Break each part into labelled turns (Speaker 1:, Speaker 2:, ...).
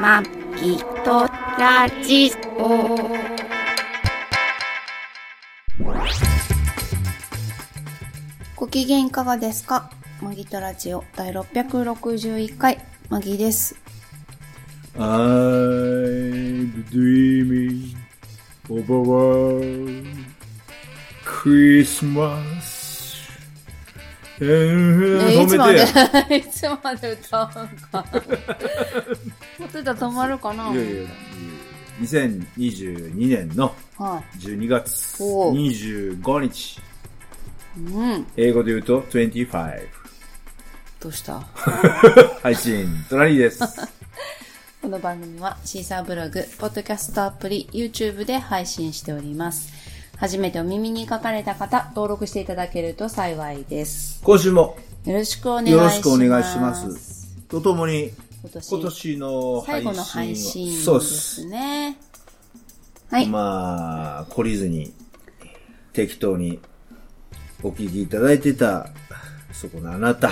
Speaker 1: まきとラジオ。ご機嫌いかがですかマギとラジオ第661回、マギです。
Speaker 2: I'm dreaming of a world Christmas. え
Speaker 1: ねえ
Speaker 2: ー、
Speaker 1: いつ
Speaker 2: 褒
Speaker 1: ま
Speaker 2: めて
Speaker 1: で、い つまで歌うん か。歌ったら止まるかない
Speaker 2: やいやいや、2022年の
Speaker 1: は
Speaker 2: 12月
Speaker 1: おう
Speaker 2: 25日、
Speaker 1: い。うん。
Speaker 2: 英語で言うと25、
Speaker 1: どうした
Speaker 2: 配信、トラリーです。
Speaker 1: この番組はシーサーブログ、ポッドキャストアプリ、YouTube で配信しております。初めてお耳に書かかれた方、登録していただけると幸いです。
Speaker 2: 今週も
Speaker 1: よろしくお願いし
Speaker 2: よろ
Speaker 1: ます。
Speaker 2: しくお願いします。とともに、
Speaker 1: 今年、
Speaker 2: 今年の配
Speaker 1: 最
Speaker 2: 信
Speaker 1: 後
Speaker 2: は
Speaker 1: の配信で
Speaker 2: そうです
Speaker 1: す。ね。はい。
Speaker 2: まあ、懲りずに、適当にお聞きいただいてた、そこのあなた、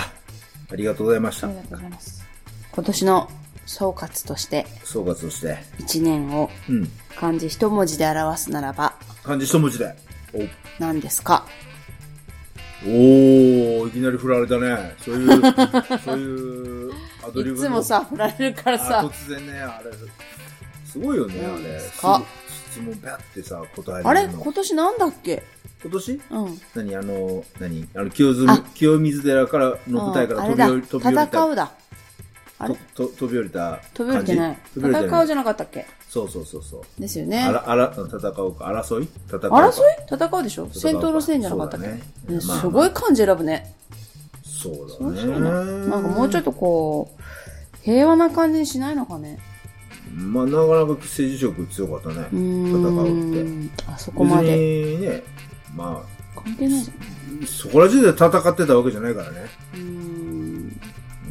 Speaker 2: ありがとうございまし
Speaker 1: あ
Speaker 2: た
Speaker 1: り。がとうございます。今年の総括として、
Speaker 2: 総括をして、
Speaker 1: 1年を
Speaker 2: うん、
Speaker 1: 漢字一文字で表すならば、
Speaker 2: 漢字一文字で。
Speaker 1: 何ですか
Speaker 2: おおーいきなり振られたね。そ ういう、そういうアド
Speaker 1: い
Speaker 2: リブの
Speaker 1: つもさ、振られるから
Speaker 2: あ
Speaker 1: さ、
Speaker 2: 突然ね、あれ、すごいよね、あ
Speaker 1: 何で
Speaker 2: れ。
Speaker 1: すか
Speaker 2: すぐ質問ペってさ、答えるの。
Speaker 1: あれ今年なんだっけ
Speaker 2: 今年
Speaker 1: うん。
Speaker 2: 何あの、何あの、清水
Speaker 1: あ、
Speaker 2: 清水寺からの舞台から
Speaker 1: あ
Speaker 2: 飛
Speaker 1: れ
Speaker 2: び
Speaker 1: だ
Speaker 2: 降り、飛び降りた
Speaker 1: 戦うだあれ
Speaker 2: とと飛び降りた
Speaker 1: 飛び降りてない
Speaker 2: 感じ飛び降りて
Speaker 1: 戦
Speaker 2: な
Speaker 1: う
Speaker 2: い
Speaker 1: じゃなかったっけ
Speaker 2: そうそうそうそう、
Speaker 1: ですよね
Speaker 2: あらあら戦うか争い戦うか
Speaker 1: 争い戦うでしょ
Speaker 2: 戦
Speaker 1: 戦
Speaker 2: うか
Speaker 1: 闘の線じゃなかったっけ、
Speaker 2: そうだね
Speaker 1: ね
Speaker 2: まあ
Speaker 1: すごい漢字選ぶね
Speaker 2: そうだ
Speaker 1: 面
Speaker 2: ね
Speaker 1: 白いななんかもうちょっとこう平和な感じにしないのかね
Speaker 2: まあなかなか政治色強かったね
Speaker 1: うー
Speaker 2: 戦うって
Speaker 1: んあそこまで
Speaker 2: 別にねまあ
Speaker 1: 関係ないじゃん
Speaker 2: そこら中で戦ってたわけじゃないからね
Speaker 1: うーん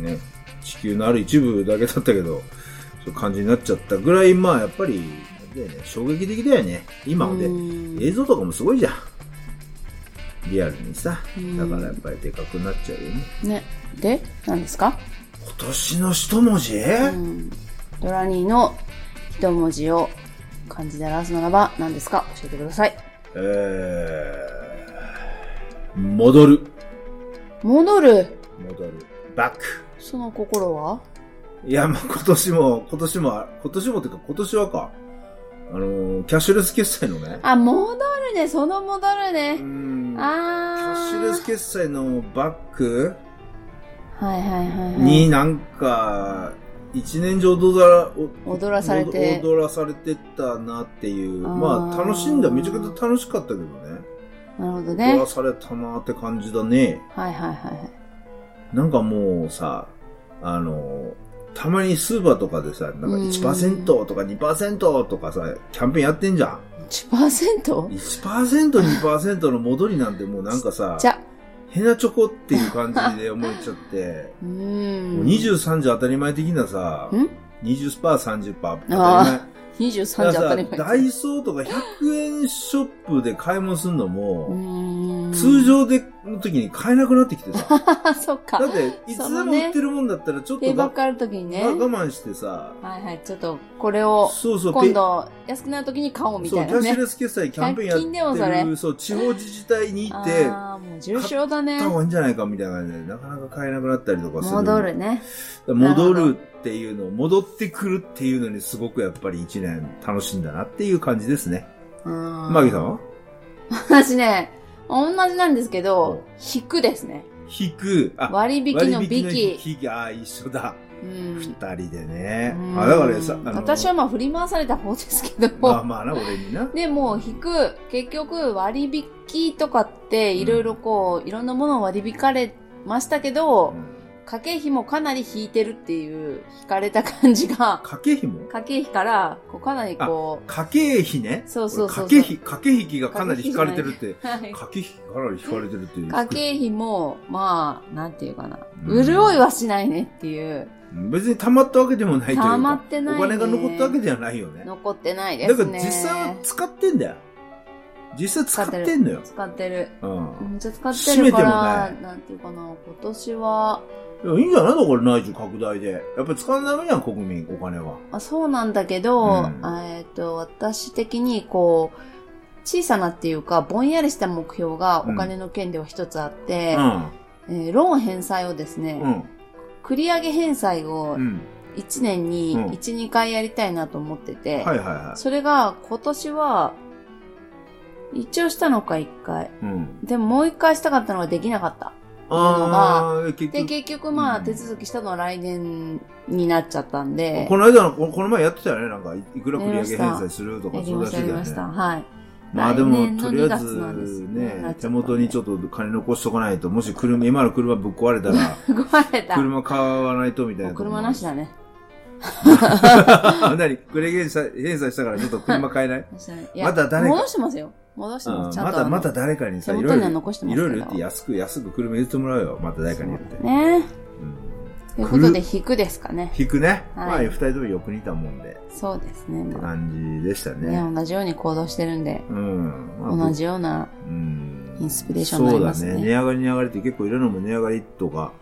Speaker 2: ね地球のある一部だけだったけどそういう感じになっちゃったぐらいまあやっぱりあれだよね衝撃的だよね今まで
Speaker 1: うん
Speaker 2: 映像とかもすごいじゃんリアルにさ
Speaker 1: うん
Speaker 2: だからやっぱりでかくなっちゃうよね
Speaker 1: ねで何ですか、
Speaker 2: 今年の一文字、
Speaker 1: うん、ドラニーの一文字を漢字で表すならば何ですか教えてください
Speaker 2: えー、戻る。
Speaker 1: 戻る
Speaker 2: 戻る。バック。
Speaker 1: その心はい
Speaker 2: や、まあ、今年も、今年も、今年もっていうか、今年はか、あのー、キャッシュレス決済のね、
Speaker 1: あ、戻るね、その戻る
Speaker 2: う
Speaker 1: ね。
Speaker 2: ん、キャ
Speaker 1: あ
Speaker 2: ッシュレス
Speaker 1: ー。
Speaker 2: 決済のバック
Speaker 1: はいはいはい、はい。
Speaker 2: になんか、一年中踊ら、お
Speaker 1: 踊らされて
Speaker 2: 踊らされてったなっていう、
Speaker 1: あー
Speaker 2: まあ、楽しんだ、めちゃくちゃ楽しかったけどね、
Speaker 1: なるほどね。
Speaker 2: 踊
Speaker 1: は
Speaker 2: らされたなって感じだね。
Speaker 1: いはいはい
Speaker 2: なんかもうさ、あの、たまにスーパーとかでさ、なんか
Speaker 1: うん
Speaker 2: 1%とか2%とかさ、キャンペーンやってんじゃん。
Speaker 1: はい。1%?
Speaker 2: 1%、2%の戻りなんてもうなんかさ、
Speaker 1: じゃ、
Speaker 2: ヘナチョコっていう感じで思えちゃって、
Speaker 1: うーん。
Speaker 2: もう23時当たり前的なさ、
Speaker 1: ん
Speaker 2: 20%、30%当たり前。
Speaker 1: あ23
Speaker 2: だ
Speaker 1: 時当
Speaker 2: か
Speaker 1: た
Speaker 2: ら
Speaker 1: り
Speaker 2: さ、
Speaker 1: 前。
Speaker 2: ダイソーとか100円ショップで買い物すんの
Speaker 1: う
Speaker 2: も、
Speaker 1: ーん。
Speaker 2: 通。常で、の時に買えなくなってきて さ、
Speaker 1: あ、そっか
Speaker 2: だ。って、いつでも売ってるもんだったらちょっと
Speaker 1: 定
Speaker 2: が
Speaker 1: 額あるときにね
Speaker 2: ま。我慢してさ、
Speaker 1: はいはい。ちょっと、これを、
Speaker 2: そうそう、
Speaker 1: 今度、安くなるときに買おう
Speaker 2: ペ
Speaker 1: み
Speaker 2: そ
Speaker 1: た
Speaker 2: う、
Speaker 1: い
Speaker 2: キャ
Speaker 1: な
Speaker 2: ッシ
Speaker 1: ね
Speaker 2: ュ。レス決済キャンペーンや
Speaker 1: 100均で
Speaker 2: って
Speaker 1: も
Speaker 2: る、そう、地方自治体に行って、買
Speaker 1: あー、もう重症だね
Speaker 2: っ。た方がいいんじゃないかみたいな感じで、なかなか買えなくなったりとかする。
Speaker 1: 戻るね。
Speaker 2: 戻るっていうの、戻ってくるっていうのにすごくやっぱり一年楽しんだなっていう感じですね。
Speaker 1: マ
Speaker 2: マギさんは
Speaker 1: 私ね、同じなんですけど、引くですね。
Speaker 2: 引く。あ、
Speaker 1: 割引の引き。
Speaker 2: 引き。あ、一緒だ。
Speaker 1: うん
Speaker 2: 二人でね
Speaker 1: う。ん
Speaker 2: あ、だからさ、あの
Speaker 1: 私はまあ振り回された方ですけど、
Speaker 2: まあまあな、俺にな。
Speaker 1: でも引く、結局割引とかっていろいろこう、いろんなものを割り引かれましたけど、
Speaker 2: うん
Speaker 1: 家計費もかなり引いてるっていう、引かれた感じ が、
Speaker 2: 駆け費も
Speaker 1: 家計費からこうかなりこ
Speaker 2: 家計費ね。
Speaker 1: そうそうそうそう
Speaker 2: 俺駆け引き、駆け引きがかなり引かれてるって。
Speaker 1: う、はい
Speaker 2: 駆け引きかなり引かれてるっていう。
Speaker 1: 家計費も、まあ、なんていうかな、
Speaker 2: うん
Speaker 1: 潤いはしないねっていう、
Speaker 2: 別に溜まったわけでもないというか。
Speaker 1: 溜まってないね
Speaker 2: お金が残ったわけではないよね。
Speaker 1: 残ってないで
Speaker 2: だか
Speaker 1: す
Speaker 2: ら
Speaker 1: ね。
Speaker 2: 実際は使ってんだよ。実際使ってんのよ。
Speaker 1: 使ってる。
Speaker 2: うん。
Speaker 1: めっちゃ使ってるか
Speaker 2: 閉
Speaker 1: ら、
Speaker 2: めても
Speaker 1: なんていうかな、今年は、
Speaker 2: いやいいんじゃないのこれ内需拡大で。やっぱり使わないじゃん、国民、お金は。
Speaker 1: あそうなんだけど、
Speaker 2: うん
Speaker 1: えっと、私的にこう、小さなっていうか、ぼんやりした目標がお金の件では一つあって、えーローン返済をですね、
Speaker 2: うん。うん。
Speaker 1: 繰り上げ返済を
Speaker 2: うん。
Speaker 1: 1年に
Speaker 2: うん
Speaker 1: 1、2回やりたいなと思ってて、
Speaker 2: はいはいは
Speaker 1: それが今年は、一応したのか1回。
Speaker 2: い。うん。
Speaker 1: でももう1回したかったのができなかった。
Speaker 2: ああ、結
Speaker 1: で、
Speaker 2: 局。
Speaker 1: 結局まあ
Speaker 2: うん
Speaker 1: 手続きしたのは来年になっちゃったんで、
Speaker 2: この間の、ここの前やってたよね、なんか、いいくら繰り上げ
Speaker 1: やりま
Speaker 2: 返
Speaker 1: した
Speaker 2: 済するとか
Speaker 1: や、り
Speaker 2: そう
Speaker 1: まし、
Speaker 2: らしたい
Speaker 1: やり
Speaker 2: よ
Speaker 1: ま
Speaker 2: ね
Speaker 1: し。た。はい。
Speaker 2: まあで
Speaker 1: 来
Speaker 2: も、
Speaker 1: 年の
Speaker 2: とりあえ
Speaker 1: 2月なんです
Speaker 2: ず
Speaker 1: なっ
Speaker 2: ね
Speaker 1: ちゃったん、で
Speaker 2: 手元にちょっと金残しとかないと、もし車、今の車ぶっ壊れた ら、
Speaker 1: 壊れた。も
Speaker 2: 車買わないとみたいな
Speaker 1: う
Speaker 2: ところ。
Speaker 1: 車なしだね。
Speaker 2: 何繰り上げ返済返済したからちょっと車買 えない
Speaker 1: なしだねい
Speaker 2: まだ誰か
Speaker 1: 戻してますよ。戻して
Speaker 2: うん
Speaker 1: ま。
Speaker 2: ます
Speaker 1: ちゃんとあ
Speaker 2: た
Speaker 1: の。
Speaker 2: また誰かにさ、
Speaker 1: 手
Speaker 2: い
Speaker 1: 元
Speaker 2: ろい
Speaker 1: には
Speaker 2: ろ、
Speaker 1: 残してま
Speaker 2: い
Speaker 1: すけ
Speaker 2: ろ
Speaker 1: ど。
Speaker 2: いろ言って安く安く車言ってもらうよ。また誰かに言って。
Speaker 1: ね。
Speaker 2: うん
Speaker 1: ということで、引くですかね。
Speaker 2: 引くね。
Speaker 1: はい
Speaker 2: まあ、二人ともよく似たもんで、
Speaker 1: そうですね。
Speaker 2: って
Speaker 1: まあ
Speaker 2: 感じでしたね。
Speaker 1: ね、同じように行動してるんで、
Speaker 2: うん。まあ
Speaker 1: 同。じような、
Speaker 2: うん。
Speaker 1: インスピレーションになりますね
Speaker 2: そうだね。値上がり値上がりって結構いろんなもん値上がりとか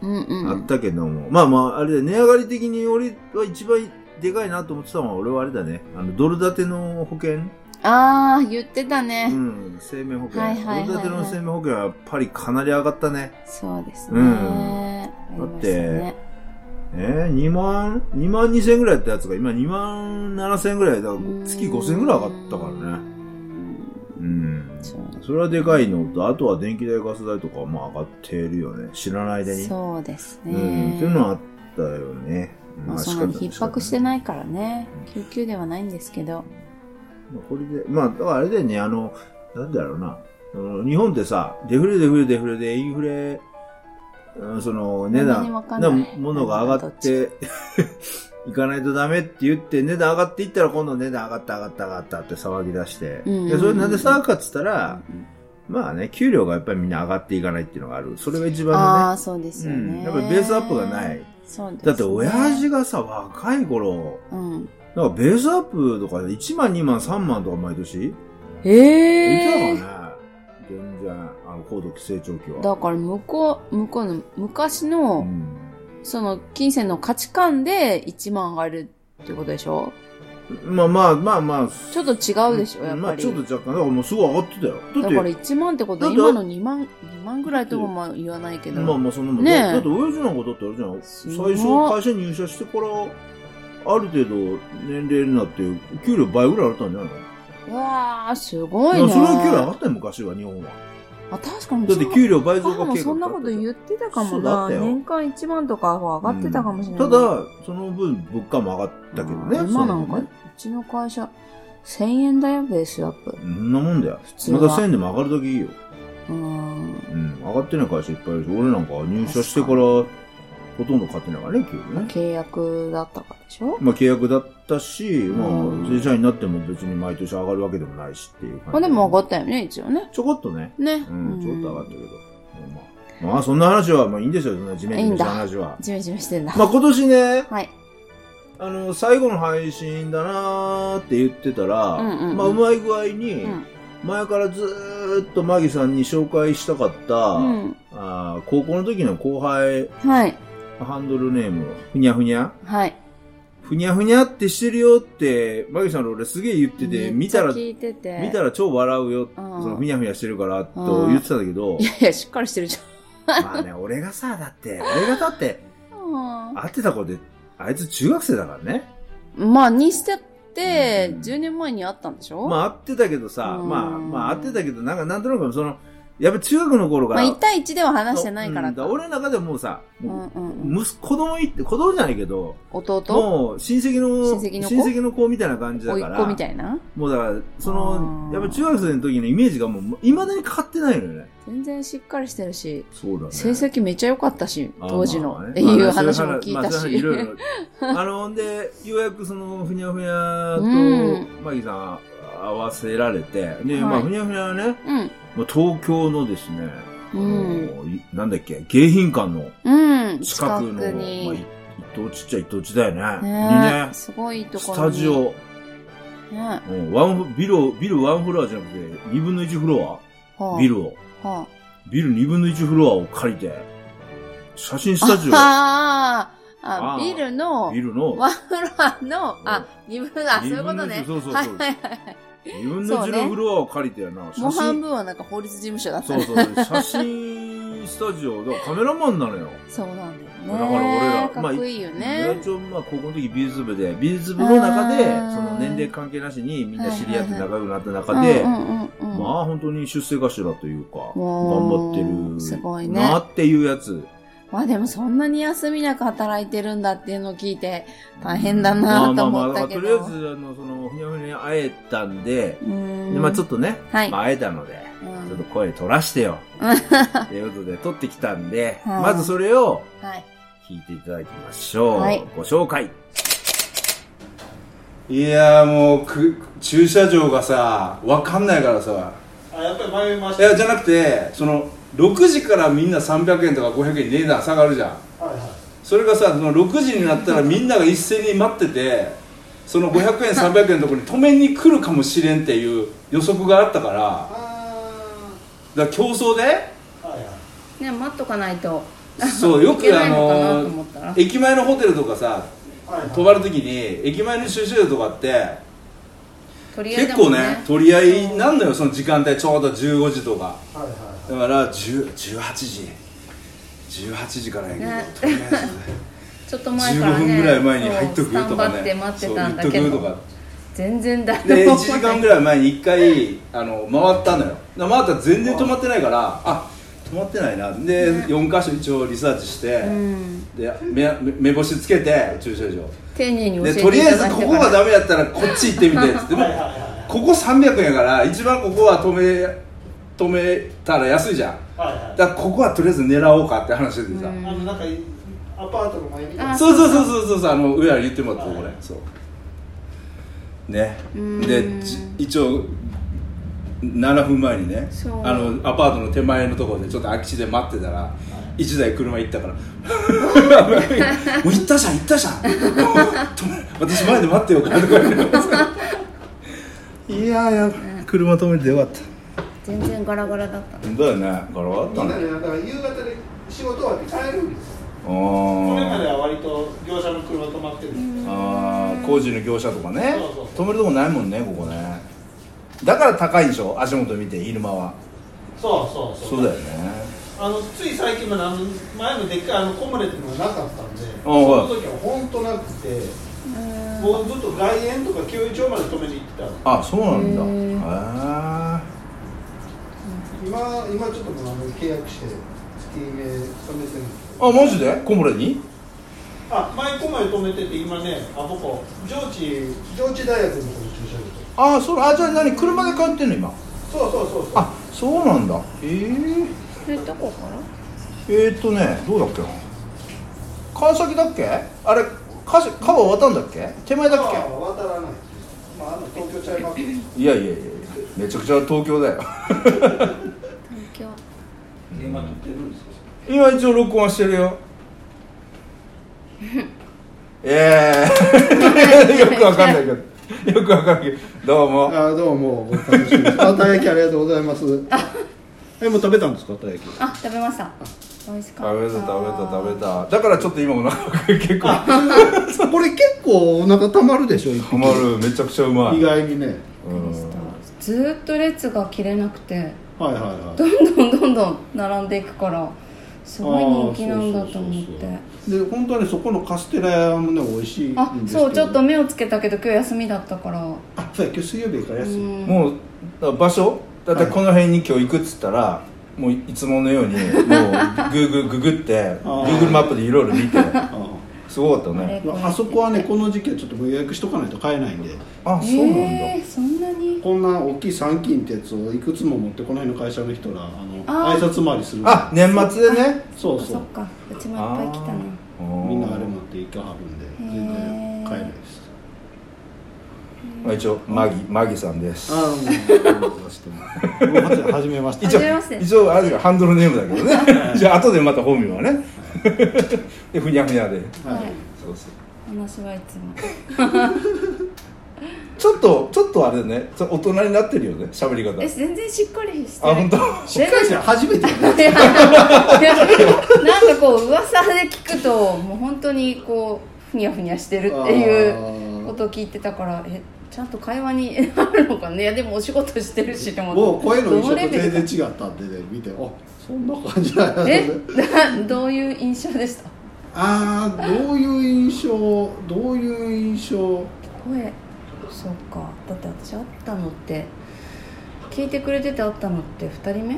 Speaker 1: うんうん
Speaker 2: あ
Speaker 1: う
Speaker 2: っ
Speaker 1: ん。
Speaker 2: たけども。まあまあ、あれで値上がり的に俺は一番でかいなと思ってたのは俺はあれだね。あの、ドル建ての保険
Speaker 1: あー、言ってた
Speaker 2: う
Speaker 1: ね。
Speaker 2: ん、生命保険。
Speaker 1: はいはいはいはい
Speaker 2: ドル建ての生命保険はやっぱりかなり上がったね。
Speaker 1: そうです
Speaker 2: う
Speaker 1: ね。ありました
Speaker 2: だ
Speaker 1: ね。
Speaker 2: えー、2万、2万2千円ぐらいやったやつが今2万7千円ぐらいだから月5千円ぐらい上がったから
Speaker 1: ね。
Speaker 2: ね。うん。
Speaker 1: そう
Speaker 2: それはでかいのと、あとは電気代、ガス代とかはまあ上がってるよね。知らない間に。
Speaker 1: そうです
Speaker 2: う
Speaker 1: ね。
Speaker 2: ん。っていうのはあったよね。。
Speaker 1: まあ、そんなに逼迫してないいからね
Speaker 2: うん。
Speaker 1: 救急ではないんですけど。
Speaker 2: まあこれで、まあ、だからあれだよね、あの、なんだろうな。あの日本ってさ、デフレデフレデフレでインフレ、うんその値
Speaker 1: 何にもわ
Speaker 2: 段
Speaker 1: かんない
Speaker 2: ものが上がって、 いかないとダメって言って、値段上がっていったら今度値段上がった上がった上がったって騒ぎ出して。
Speaker 1: うんうんうん
Speaker 2: で、それなんで騒ぐかって言ったら、
Speaker 1: うん
Speaker 2: まあね、給料がやっぱりみんな上がっていかないっていうのがある。それが一
Speaker 1: あ
Speaker 2: 番
Speaker 1: あ、そうです
Speaker 2: の
Speaker 1: よ
Speaker 2: ね。うん。
Speaker 1: ね。
Speaker 2: やっぱりベースアップがない。。
Speaker 1: そうです、ね。
Speaker 2: だって親父がさ、若い頃、
Speaker 1: うん。
Speaker 2: なんかベースアップとかで1万、2万、3万とか毎年
Speaker 1: ええ
Speaker 2: いたからね。全然、あの、高度成長期は。
Speaker 1: だから向こう、向こうの、昔
Speaker 2: う
Speaker 1: の、
Speaker 2: ん
Speaker 1: その、金銭の価値観で1万上がるってことでしょ
Speaker 2: まあまあまあまあ。
Speaker 1: ちょっと違うでしょ、やっぱ
Speaker 2: まあ
Speaker 1: り。
Speaker 2: ちょっと若干、だからもうすごい上がってたよ。
Speaker 1: だから
Speaker 2: だって、
Speaker 1: 1万ってこと
Speaker 2: だ
Speaker 1: は
Speaker 2: って
Speaker 1: 今の2万、2万ぐらいともまあ言わないけど。
Speaker 2: まあまあそんなもん
Speaker 1: ねえ
Speaker 2: だって親父なんかだってあれじゃん。
Speaker 1: すごい
Speaker 2: 最初会社入社してから、ある程度年齢になって、給料倍ぐらい上がったんじゃないう
Speaker 1: わあすごい
Speaker 2: の
Speaker 1: ね。
Speaker 2: それは給料上がったよ、昔は、日本は。
Speaker 1: あ、確かに
Speaker 2: だって給料倍増
Speaker 1: 母
Speaker 2: が
Speaker 1: も
Speaker 2: 計画
Speaker 1: そんなこと言ってたか
Speaker 2: そ
Speaker 1: も
Speaker 2: うだ
Speaker 1: な。
Speaker 2: ったよ
Speaker 1: 年間1万とかは上がってたかもしれない。
Speaker 2: うんただ、その分物価も上がったけどね。
Speaker 1: あー今なん
Speaker 2: そ
Speaker 1: か、
Speaker 2: の
Speaker 1: うちの会社、1000円だよ、ベースアップ。
Speaker 2: そんなもんだよ。
Speaker 1: 通
Speaker 2: ま
Speaker 1: は
Speaker 2: た1000円でも上がるだけいいよ。
Speaker 1: うーん。
Speaker 2: うん、上がってない会社いっぱいいるし、俺なんか入社してから、ほとんど買ってないからね、給料ね。
Speaker 1: 契約だったからでしょ
Speaker 2: まあ契約だったし、ま
Speaker 1: うん
Speaker 2: あ、正社員になっても別に毎年上がるわけでもないしっていう感じ。
Speaker 1: まあでも上がったよね、一応ね。
Speaker 2: ちょこっとね。
Speaker 1: ね。
Speaker 2: うん、ちょっと上がったけど。まあ、まあ、そんな話は、まあいいんですよ、そんな地面
Speaker 1: いい
Speaker 2: に
Speaker 1: ん
Speaker 2: した
Speaker 1: だ
Speaker 2: 話は。
Speaker 1: ジメジメしてんだ。
Speaker 2: まあ今年ね、
Speaker 1: はい。
Speaker 2: あの、最後の配信だなーって言ってたら、
Speaker 1: うんうんうん
Speaker 2: まあうまい具合に、
Speaker 1: うん。
Speaker 2: 前からずーっとマギさんに紹介したかった、
Speaker 1: うん。
Speaker 2: あー高校の時の後輩、
Speaker 1: はい。
Speaker 2: ハンドルネーム、ふにゃふにゃ
Speaker 1: はい。
Speaker 2: ふにゃふにゃってしてるよって、マギさんの俺すげえ言ってて、
Speaker 1: め
Speaker 2: 見
Speaker 1: っちゃ
Speaker 2: たら、
Speaker 1: 聞いてて。
Speaker 2: 見たら超笑うよ、そ
Speaker 1: うん
Speaker 2: のふにゃふにゃしてるから、と言ってたんだけど
Speaker 1: い、やいや、しっかりしてるじ
Speaker 2: まあね、俺がさ、だって、俺がだって、
Speaker 1: ゃん。
Speaker 2: 会ってた子で、あいつ中学生だからね。
Speaker 1: まあ、にしてって、
Speaker 2: うん
Speaker 1: 10年前にあったんでしょ
Speaker 2: まあ会ってたけどさ、
Speaker 1: うん
Speaker 2: まあ、まあ会ってたけど、なんかなんとなくその、やっぱ中学の頃
Speaker 1: ま
Speaker 2: か
Speaker 1: あ、
Speaker 2: ら、
Speaker 1: 1対1では話してないか
Speaker 2: う
Speaker 1: ら
Speaker 2: ん
Speaker 1: か。
Speaker 2: だ俺の中でもうさ、
Speaker 1: う
Speaker 2: も
Speaker 1: んうん
Speaker 2: う
Speaker 1: うん。
Speaker 2: 息子、子供いって、子供じゃないけど、
Speaker 1: 弟
Speaker 2: もう親戚の、
Speaker 1: 親戚の子
Speaker 2: 子みたいな感じだ
Speaker 1: 甥
Speaker 2: か
Speaker 1: いっ
Speaker 2: ら、
Speaker 1: 子みたいな
Speaker 2: もうだから、そ
Speaker 1: あ
Speaker 2: の、
Speaker 1: ー
Speaker 2: やっぱ中学生の時のイメージがもう、未だに変わってないのよね。
Speaker 1: 全然しっかりしてるし、
Speaker 2: そうだね
Speaker 1: 成績めっちゃ良かったし、
Speaker 2: あー
Speaker 1: 当時の
Speaker 2: まあね
Speaker 1: っていう話も聞いた
Speaker 2: まあそうう話まあそういう話いろい
Speaker 1: し。
Speaker 2: ろ。あの、んで、ようやくその、ふにゃふにゃ
Speaker 1: うん
Speaker 2: と、マギさん合わせられて、で、
Speaker 1: はい
Speaker 2: まあ、ふにゃふにゃはね、
Speaker 1: うん。
Speaker 2: まあ東京のですね、あ
Speaker 1: うん。
Speaker 2: のいなんだっけ、迎賓館の
Speaker 1: うん。
Speaker 2: 近
Speaker 1: 近く
Speaker 2: くの、まあ、い
Speaker 1: に。
Speaker 2: 一等地っちゃ一等地だよね。に
Speaker 1: ね
Speaker 2: ね、
Speaker 1: すごいいいとこ
Speaker 2: ス
Speaker 1: ろ
Speaker 2: タ
Speaker 1: に。
Speaker 2: ジオ、
Speaker 1: ね。
Speaker 2: うんワンフビルを、ビルワンフロアじゃなくて、二分の一フロア
Speaker 1: はあ
Speaker 2: ビ。ルを。
Speaker 1: は
Speaker 2: ビル2分の1フロアを借りて、
Speaker 1: 写真スタジオ、
Speaker 3: あーあ
Speaker 1: あー
Speaker 3: ビルの、
Speaker 1: ビルの、
Speaker 3: ワンフロアの、
Speaker 1: う
Speaker 3: あ
Speaker 1: ん、
Speaker 3: 二分、あ、そう
Speaker 1: 二
Speaker 3: いうこ
Speaker 1: 分
Speaker 3: と
Speaker 1: の
Speaker 3: ね。
Speaker 1: 一そうそうそう
Speaker 3: はいはいはい。
Speaker 1: 自分のジルフロアを借りてやな、
Speaker 3: も
Speaker 1: 写
Speaker 3: う半
Speaker 1: 真、
Speaker 3: 分はなんか法律事務所だった
Speaker 1: そう
Speaker 3: ね。
Speaker 1: そう、写真スタジオ、だから カメラマンなのよ。
Speaker 3: そうなんだよね。
Speaker 1: だから俺ら
Speaker 3: かっこいいよ
Speaker 1: 村
Speaker 3: ね。
Speaker 1: 井町、まあ、高校の時美術部で、美術部の中で、
Speaker 3: あー
Speaker 1: その年齢関係なしにみんな知り合って
Speaker 3: はいはい
Speaker 1: 仲良くなった
Speaker 3: うん
Speaker 1: 中で、
Speaker 3: うんうんうん。
Speaker 1: まあ本当に出世頭だというか、頑
Speaker 3: おー
Speaker 1: 張って
Speaker 3: すごい
Speaker 1: る
Speaker 3: ね
Speaker 1: なっていうやつ。
Speaker 3: まあでもそんなに休みなく働いてるんだっていうのを聞いて大変だなと思っ
Speaker 1: まあまあまあ
Speaker 3: たけど。
Speaker 1: だからとりあえず、あの、その、ふにゃふにゃ会えたんで、
Speaker 3: うん
Speaker 1: でまあちょっとね、
Speaker 3: はい
Speaker 1: まあ会えたので、
Speaker 3: うん
Speaker 1: ちょっと声取らしてよ。ということで、撮ってきたんで、
Speaker 3: はい
Speaker 1: まずそれを
Speaker 3: はい。
Speaker 1: 聞いていただきましょう。
Speaker 3: はい
Speaker 1: ご紹介。
Speaker 2: いやーもうく駐車場がさわかんないからさ
Speaker 4: あやっぱり迷いまし
Speaker 2: い
Speaker 4: た
Speaker 2: やじゃなくてその6時からみんな300円とか500円値段下がるじゃん
Speaker 4: はいはい
Speaker 2: それがさその6時になったらみんなが一斉に待っててその500円300円のところに止めに来るかもしれんっていう予測があったからだか
Speaker 4: あ
Speaker 2: ら競争で
Speaker 4: ーはいはい
Speaker 3: ね、待っとかないと。
Speaker 2: そうよ
Speaker 3: いけ
Speaker 2: く
Speaker 3: な
Speaker 2: あ
Speaker 3: いのかなと思
Speaker 2: の
Speaker 3: ったら
Speaker 2: 駅前のホテルとかさ
Speaker 4: はいはい
Speaker 2: 泊まるときに駅前の駐車場とかって
Speaker 3: 取り合い
Speaker 2: 結
Speaker 3: だも
Speaker 2: 構
Speaker 3: んね。
Speaker 2: ね取り合いなんのよその時間帯ちょうど15時とか
Speaker 4: はいはい
Speaker 2: だから10 18時18時からやけど、
Speaker 3: ね
Speaker 2: とりあ えず
Speaker 3: ちょっと前から
Speaker 2: 15
Speaker 3: ね。
Speaker 2: 分ぐらい前に入っとくよとか
Speaker 3: そうスタンバっ
Speaker 2: ね
Speaker 3: て
Speaker 2: そ
Speaker 3: 待って
Speaker 2: う
Speaker 3: た
Speaker 2: 言
Speaker 3: ん
Speaker 2: っ
Speaker 3: だ
Speaker 2: とく
Speaker 3: け
Speaker 2: よと
Speaker 3: ど
Speaker 2: か。
Speaker 3: 全然誰も
Speaker 2: で
Speaker 3: 来な
Speaker 2: 1
Speaker 3: い。
Speaker 2: 時間ぐらい前に1回あの回ったのよだから回ったら全然止まってないからあ止まってないなで、4箇所一応リサーチして、
Speaker 3: うん。
Speaker 2: で目目星つけて駐車場
Speaker 3: 丁寧に教え
Speaker 2: で
Speaker 3: てい
Speaker 2: とりあえ
Speaker 3: た
Speaker 2: ず
Speaker 3: だいた
Speaker 2: こ
Speaker 3: から。
Speaker 2: こがダメやったらこっち行ってみてっつってもう
Speaker 4: はいはいはい
Speaker 2: ここ300円やから一番ここは止め止めたら安いじゃん
Speaker 4: はいはい
Speaker 2: だからここはとりあえず狙おうかって話でさ、
Speaker 4: あのなんかアパートの前に
Speaker 3: あ
Speaker 2: そうそうそうそうそうそうあの上原言ってもらったとこれそうね
Speaker 3: うん
Speaker 2: でじ一応7分前にね
Speaker 3: そう
Speaker 2: あのアパートの手前のところでちょっと空き地で待ってたら1台車行ったからもう行ったじゃん行ったじゃん 止め私前で待ってようかとか言っていやいや車止めてよかった
Speaker 3: 全然ガラガラだった。
Speaker 2: だよね柄はあっ
Speaker 4: みん
Speaker 2: た
Speaker 4: な
Speaker 2: ね
Speaker 4: でだから夕方で仕事終わって帰るんですよ
Speaker 2: あ
Speaker 4: これまで
Speaker 2: ー
Speaker 4: は割と業者の車止まってるんですよ
Speaker 2: あー工事の業者とかね
Speaker 4: そうそ
Speaker 2: 止
Speaker 4: う
Speaker 2: めるとこないもんねここねだから高いんでしょ足元見て昼間は
Speaker 4: そうそうそう
Speaker 2: そうだよね
Speaker 4: あのつい最近まであの前のでっかいあのコムレっていうのがなかったんでそ
Speaker 2: は
Speaker 4: の
Speaker 2: い
Speaker 4: 時は本当なくてもうずっと外苑とか給油町まで止めに行ってたの
Speaker 2: あそうなんだ
Speaker 3: へー
Speaker 2: へ
Speaker 4: 今今ちょっともうあの契約して月目止めてるんですけど
Speaker 2: えあマジでコムレに
Speaker 4: あ、前こまで止めてて今ね、あここ上智上智大学のこの駐車
Speaker 2: ああそうあじゃあ何車で帰ってんの今
Speaker 4: 場。そうそうそうそう。
Speaker 2: あそうなんだえー、
Speaker 3: それどこから？
Speaker 2: えー、っとねどうだっけな川崎だっけあれ川崎川渡んだっけ手前だっ
Speaker 4: 川は渡らない。まああの東京チャイマーケッ
Speaker 2: けいやいやいやいやめちゃくちゃ東京だよ
Speaker 3: 東京。
Speaker 4: ト。今撮ってるんですよ。
Speaker 2: 今一応録音はしてるよええー、よくわかんないけどよくわかんないけどどうも
Speaker 5: あどうも、ご楽しみです。あ、たい焼きありがとうございます。え、もう食べたんですか、たい焼き。
Speaker 3: あ、食べました。美味しか
Speaker 2: 食
Speaker 3: っ
Speaker 2: べ
Speaker 3: た。
Speaker 2: た食べた食べただからちょっと今お腹が結構 は
Speaker 5: これ結構お腹たまるでしょ、一
Speaker 2: まるめちゃくちゃうま
Speaker 5: 匹。
Speaker 2: い
Speaker 5: 意外にね。
Speaker 2: うん
Speaker 3: ずーっと列が切れなくて
Speaker 5: はいはいは
Speaker 3: どんどんどんどん並んでいくからすごい人気なんだと
Speaker 5: あーそう
Speaker 3: 思っ
Speaker 5: そう
Speaker 3: て
Speaker 5: い。で、本当にそこのカステラもね、美味しいんです
Speaker 3: あ
Speaker 5: けど。
Speaker 3: そうちょっと。目をつけたけど今日休みだったから
Speaker 5: あ、そうや、今日水曜日から
Speaker 3: う
Speaker 5: 安い。
Speaker 3: ん
Speaker 2: もうだから場所だってこの辺に今日行くっつったらもういつものようにもうグーグーググってグーグルマップでいろいろ見て
Speaker 5: あ
Speaker 2: すごかったね
Speaker 5: ああそこはね、この時期はちょっともう予約しとかないと買えないんで。
Speaker 2: あそうなんだ、
Speaker 3: えー、そんなに
Speaker 5: こんな大きい三金ってやつをいくつも持ってこの辺の会社の人ら、
Speaker 3: あ
Speaker 5: あ
Speaker 3: ー
Speaker 5: の、挨拶回りする。
Speaker 2: あ年末でね
Speaker 5: そう
Speaker 3: あ
Speaker 5: そ
Speaker 3: そうっ。かうちもいっぱい来たな
Speaker 2: あー
Speaker 5: みんなあれ持って行かはるんで、全然買えないです。
Speaker 2: まあ一応マギマギさんです
Speaker 5: ああ、もう、はじめまして。
Speaker 2: 一応
Speaker 3: 初めまして
Speaker 2: 一応あれがハンドルネームだけどねじゃあ後でまた本名はねでふにゃふにゃで
Speaker 3: はい
Speaker 5: い。
Speaker 2: そうそう
Speaker 3: 話はいつも
Speaker 6: ちょっとちょっとあれだねちょ大人になってるよね喋り方
Speaker 3: え全然しっかりして
Speaker 6: あ本当
Speaker 4: しっかりしてる初めてよね
Speaker 3: いやなんかこう噂で聞くともう本当にこうふにゃふにゃしてるっていうことを聞いてたからえちゃんと会話になるのかねいやでもお仕事してるしと思って
Speaker 4: もう声の印象
Speaker 3: ど
Speaker 4: と
Speaker 3: のレベル
Speaker 4: 全
Speaker 3: か
Speaker 4: 然違ったんでね見てあそんな感じなんだ
Speaker 3: え
Speaker 4: ね
Speaker 3: などういう印象でした
Speaker 4: ああどういう印象どういう印象
Speaker 3: 声そうかだって私会ったのって聞いてくれてて会ったのって2人目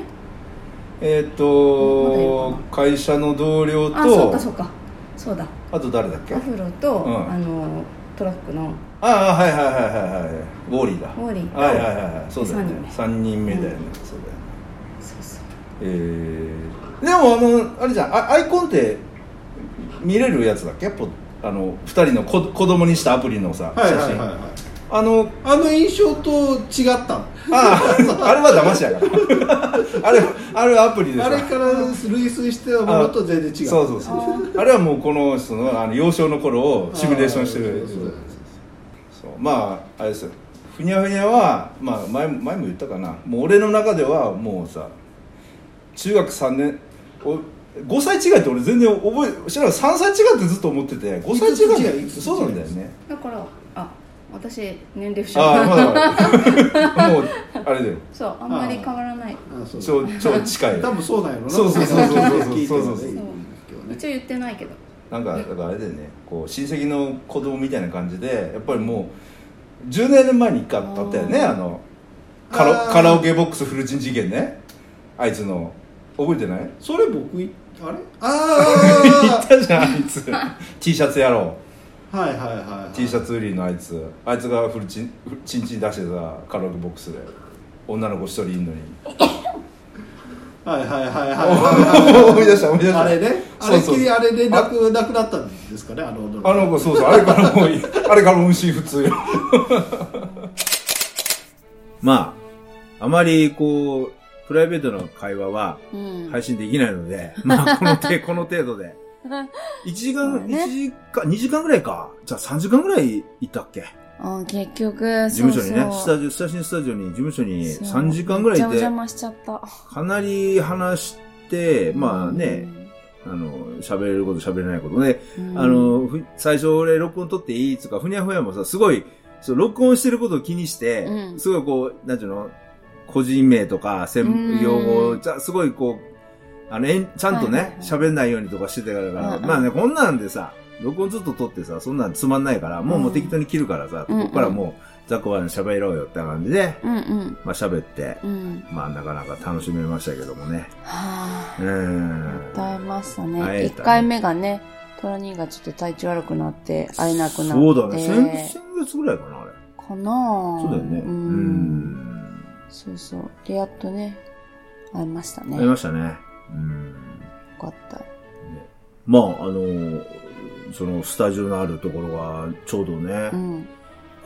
Speaker 6: えーっ
Speaker 3: まだいる
Speaker 6: と会社の同僚
Speaker 3: あそ
Speaker 6: と
Speaker 3: うかそうかそうだ
Speaker 6: あと誰だっけ
Speaker 3: アフロと、
Speaker 6: うん
Speaker 3: あのトラックの
Speaker 6: ああはいはいはいはいはいウォーリーだ
Speaker 3: ウォーリーと
Speaker 6: はいはいはいはいそうだよね3人目
Speaker 3: 目
Speaker 6: だよね、そうだよね
Speaker 3: そうそう
Speaker 6: えー、でもあのあれじゃんあアイコンって見れるやつだっけポあの2人のこ子供にしたアプリのさ、
Speaker 4: はい
Speaker 6: 写
Speaker 4: はいはい
Speaker 6: 真、
Speaker 4: はい
Speaker 6: あの
Speaker 4: あの印象と違ったの
Speaker 6: あ ああれは騙しやからあれあれはアプリでさ
Speaker 4: あれから類推してたものと全然違う
Speaker 6: そうそうそうあれはもうこの人のあの幼少の頃をシミュレーションしてる
Speaker 4: そうそう
Speaker 6: そうまああれですよふにゃふにゃは、まあ、前も前も言ったかなもう俺の中ではもうさ中学3年お5歳違いって俺全然覚え知らない3歳違いってずっと思ってて5歳違い
Speaker 4: 五つ違い五つ違い
Speaker 6: そうなんだよね
Speaker 3: だからあ私年齢不
Speaker 6: ああ
Speaker 3: 詳
Speaker 6: まあ だからもうあれだよ
Speaker 3: そうあんまり変わらない
Speaker 4: あそ
Speaker 6: 超
Speaker 4: う
Speaker 6: 超近い
Speaker 4: 多分そうなんやろな
Speaker 6: そうそうそうそうそうそう
Speaker 4: 聞いてもね
Speaker 6: そうそう
Speaker 3: そう一応言ってないけど
Speaker 6: なんかだからあれだよねこう親戚の子供みたいな感じでやっぱりもう10年前に一回あったよねあのカラ
Speaker 4: あー
Speaker 6: カラオケボックスフルチン事件ねあいつの覚えてない
Speaker 4: それ僕いあれ
Speaker 6: 言
Speaker 4: あ
Speaker 6: ったじゃんあい つ T シャツやろ
Speaker 4: あはいはいはいは
Speaker 6: う
Speaker 4: い
Speaker 6: T シャツ売りのあいつあいつがフルチンフルチンチン出してさカラオケボックスで女の子一人いんのに
Speaker 4: はいはいはいはいはい
Speaker 6: 思い出した思い出した
Speaker 4: あれねあ
Speaker 6: そう
Speaker 4: れ
Speaker 6: そう
Speaker 4: きりあれでなくなくなったんですかねあの踊り
Speaker 6: あの子そうそうあれからもういあれから音信不通よ
Speaker 2: まあ、あまりこう、プライベートの会話は
Speaker 1: うん。
Speaker 2: 配信できないので、 まあ、この程度、この程度 で。1時
Speaker 1: そ
Speaker 2: 間、
Speaker 1: うね
Speaker 2: 一時間、2時間ぐらいか。じゃあ3時間ぐらい行ったっけ
Speaker 1: うん、結局、
Speaker 2: 事務所にね、
Speaker 1: そうそ
Speaker 2: ス
Speaker 1: う
Speaker 2: タジオ、スタジオ、スタジオに、事務所に
Speaker 1: そう
Speaker 2: 3時間ぐらいい
Speaker 1: めっち
Speaker 2: て
Speaker 1: ゃお邪、魔しちゃった。
Speaker 2: かなり話して、まあね、あの、喋れること喋れないことね、
Speaker 1: うん、
Speaker 2: あの、ふ最初俺録音撮っていいっつうか、ふにゃふにゃもさ、すごい、そう、録音してることを気にして、
Speaker 1: うん
Speaker 2: すごいこう、なんていうの、個人名とか、
Speaker 1: う
Speaker 2: 専
Speaker 1: ん
Speaker 2: 用語、じゃすごいこう、あの、えんちゃんと
Speaker 1: はいはい
Speaker 2: ね
Speaker 1: はい、
Speaker 2: 喋、んないようにとかしてたから、
Speaker 1: うんうん
Speaker 2: まあね、こんなんでさ、録音ずっと撮ってさ、そんなんつまんないから、もう,、
Speaker 1: うん
Speaker 2: もう適当に切るからさ、
Speaker 1: うんうん
Speaker 2: ここからもう、ざっこばに喋ろうよって感じで、
Speaker 1: うんうん。
Speaker 2: まあ喋って、
Speaker 1: うん。
Speaker 2: まあなかなか楽しめましたけどもね。
Speaker 1: は
Speaker 2: う
Speaker 1: ぁ、
Speaker 2: ん。
Speaker 1: 歌えました
Speaker 2: 会えた
Speaker 1: ね。
Speaker 2: ね
Speaker 1: 一回目がね、トラ兄がちょっと体調悪くなって、会えなくなって。
Speaker 2: そうだね。先先月ぐらいかな、あれ。
Speaker 1: かなぁ
Speaker 2: そうだよね。う
Speaker 1: うんん。そうそう。で、やっとね、会えましたね。
Speaker 2: あり
Speaker 1: よ
Speaker 2: ましたね。うん。
Speaker 1: かった。
Speaker 2: まあ、あのそのスタジオのあるところが、ちょうどね、
Speaker 1: うん。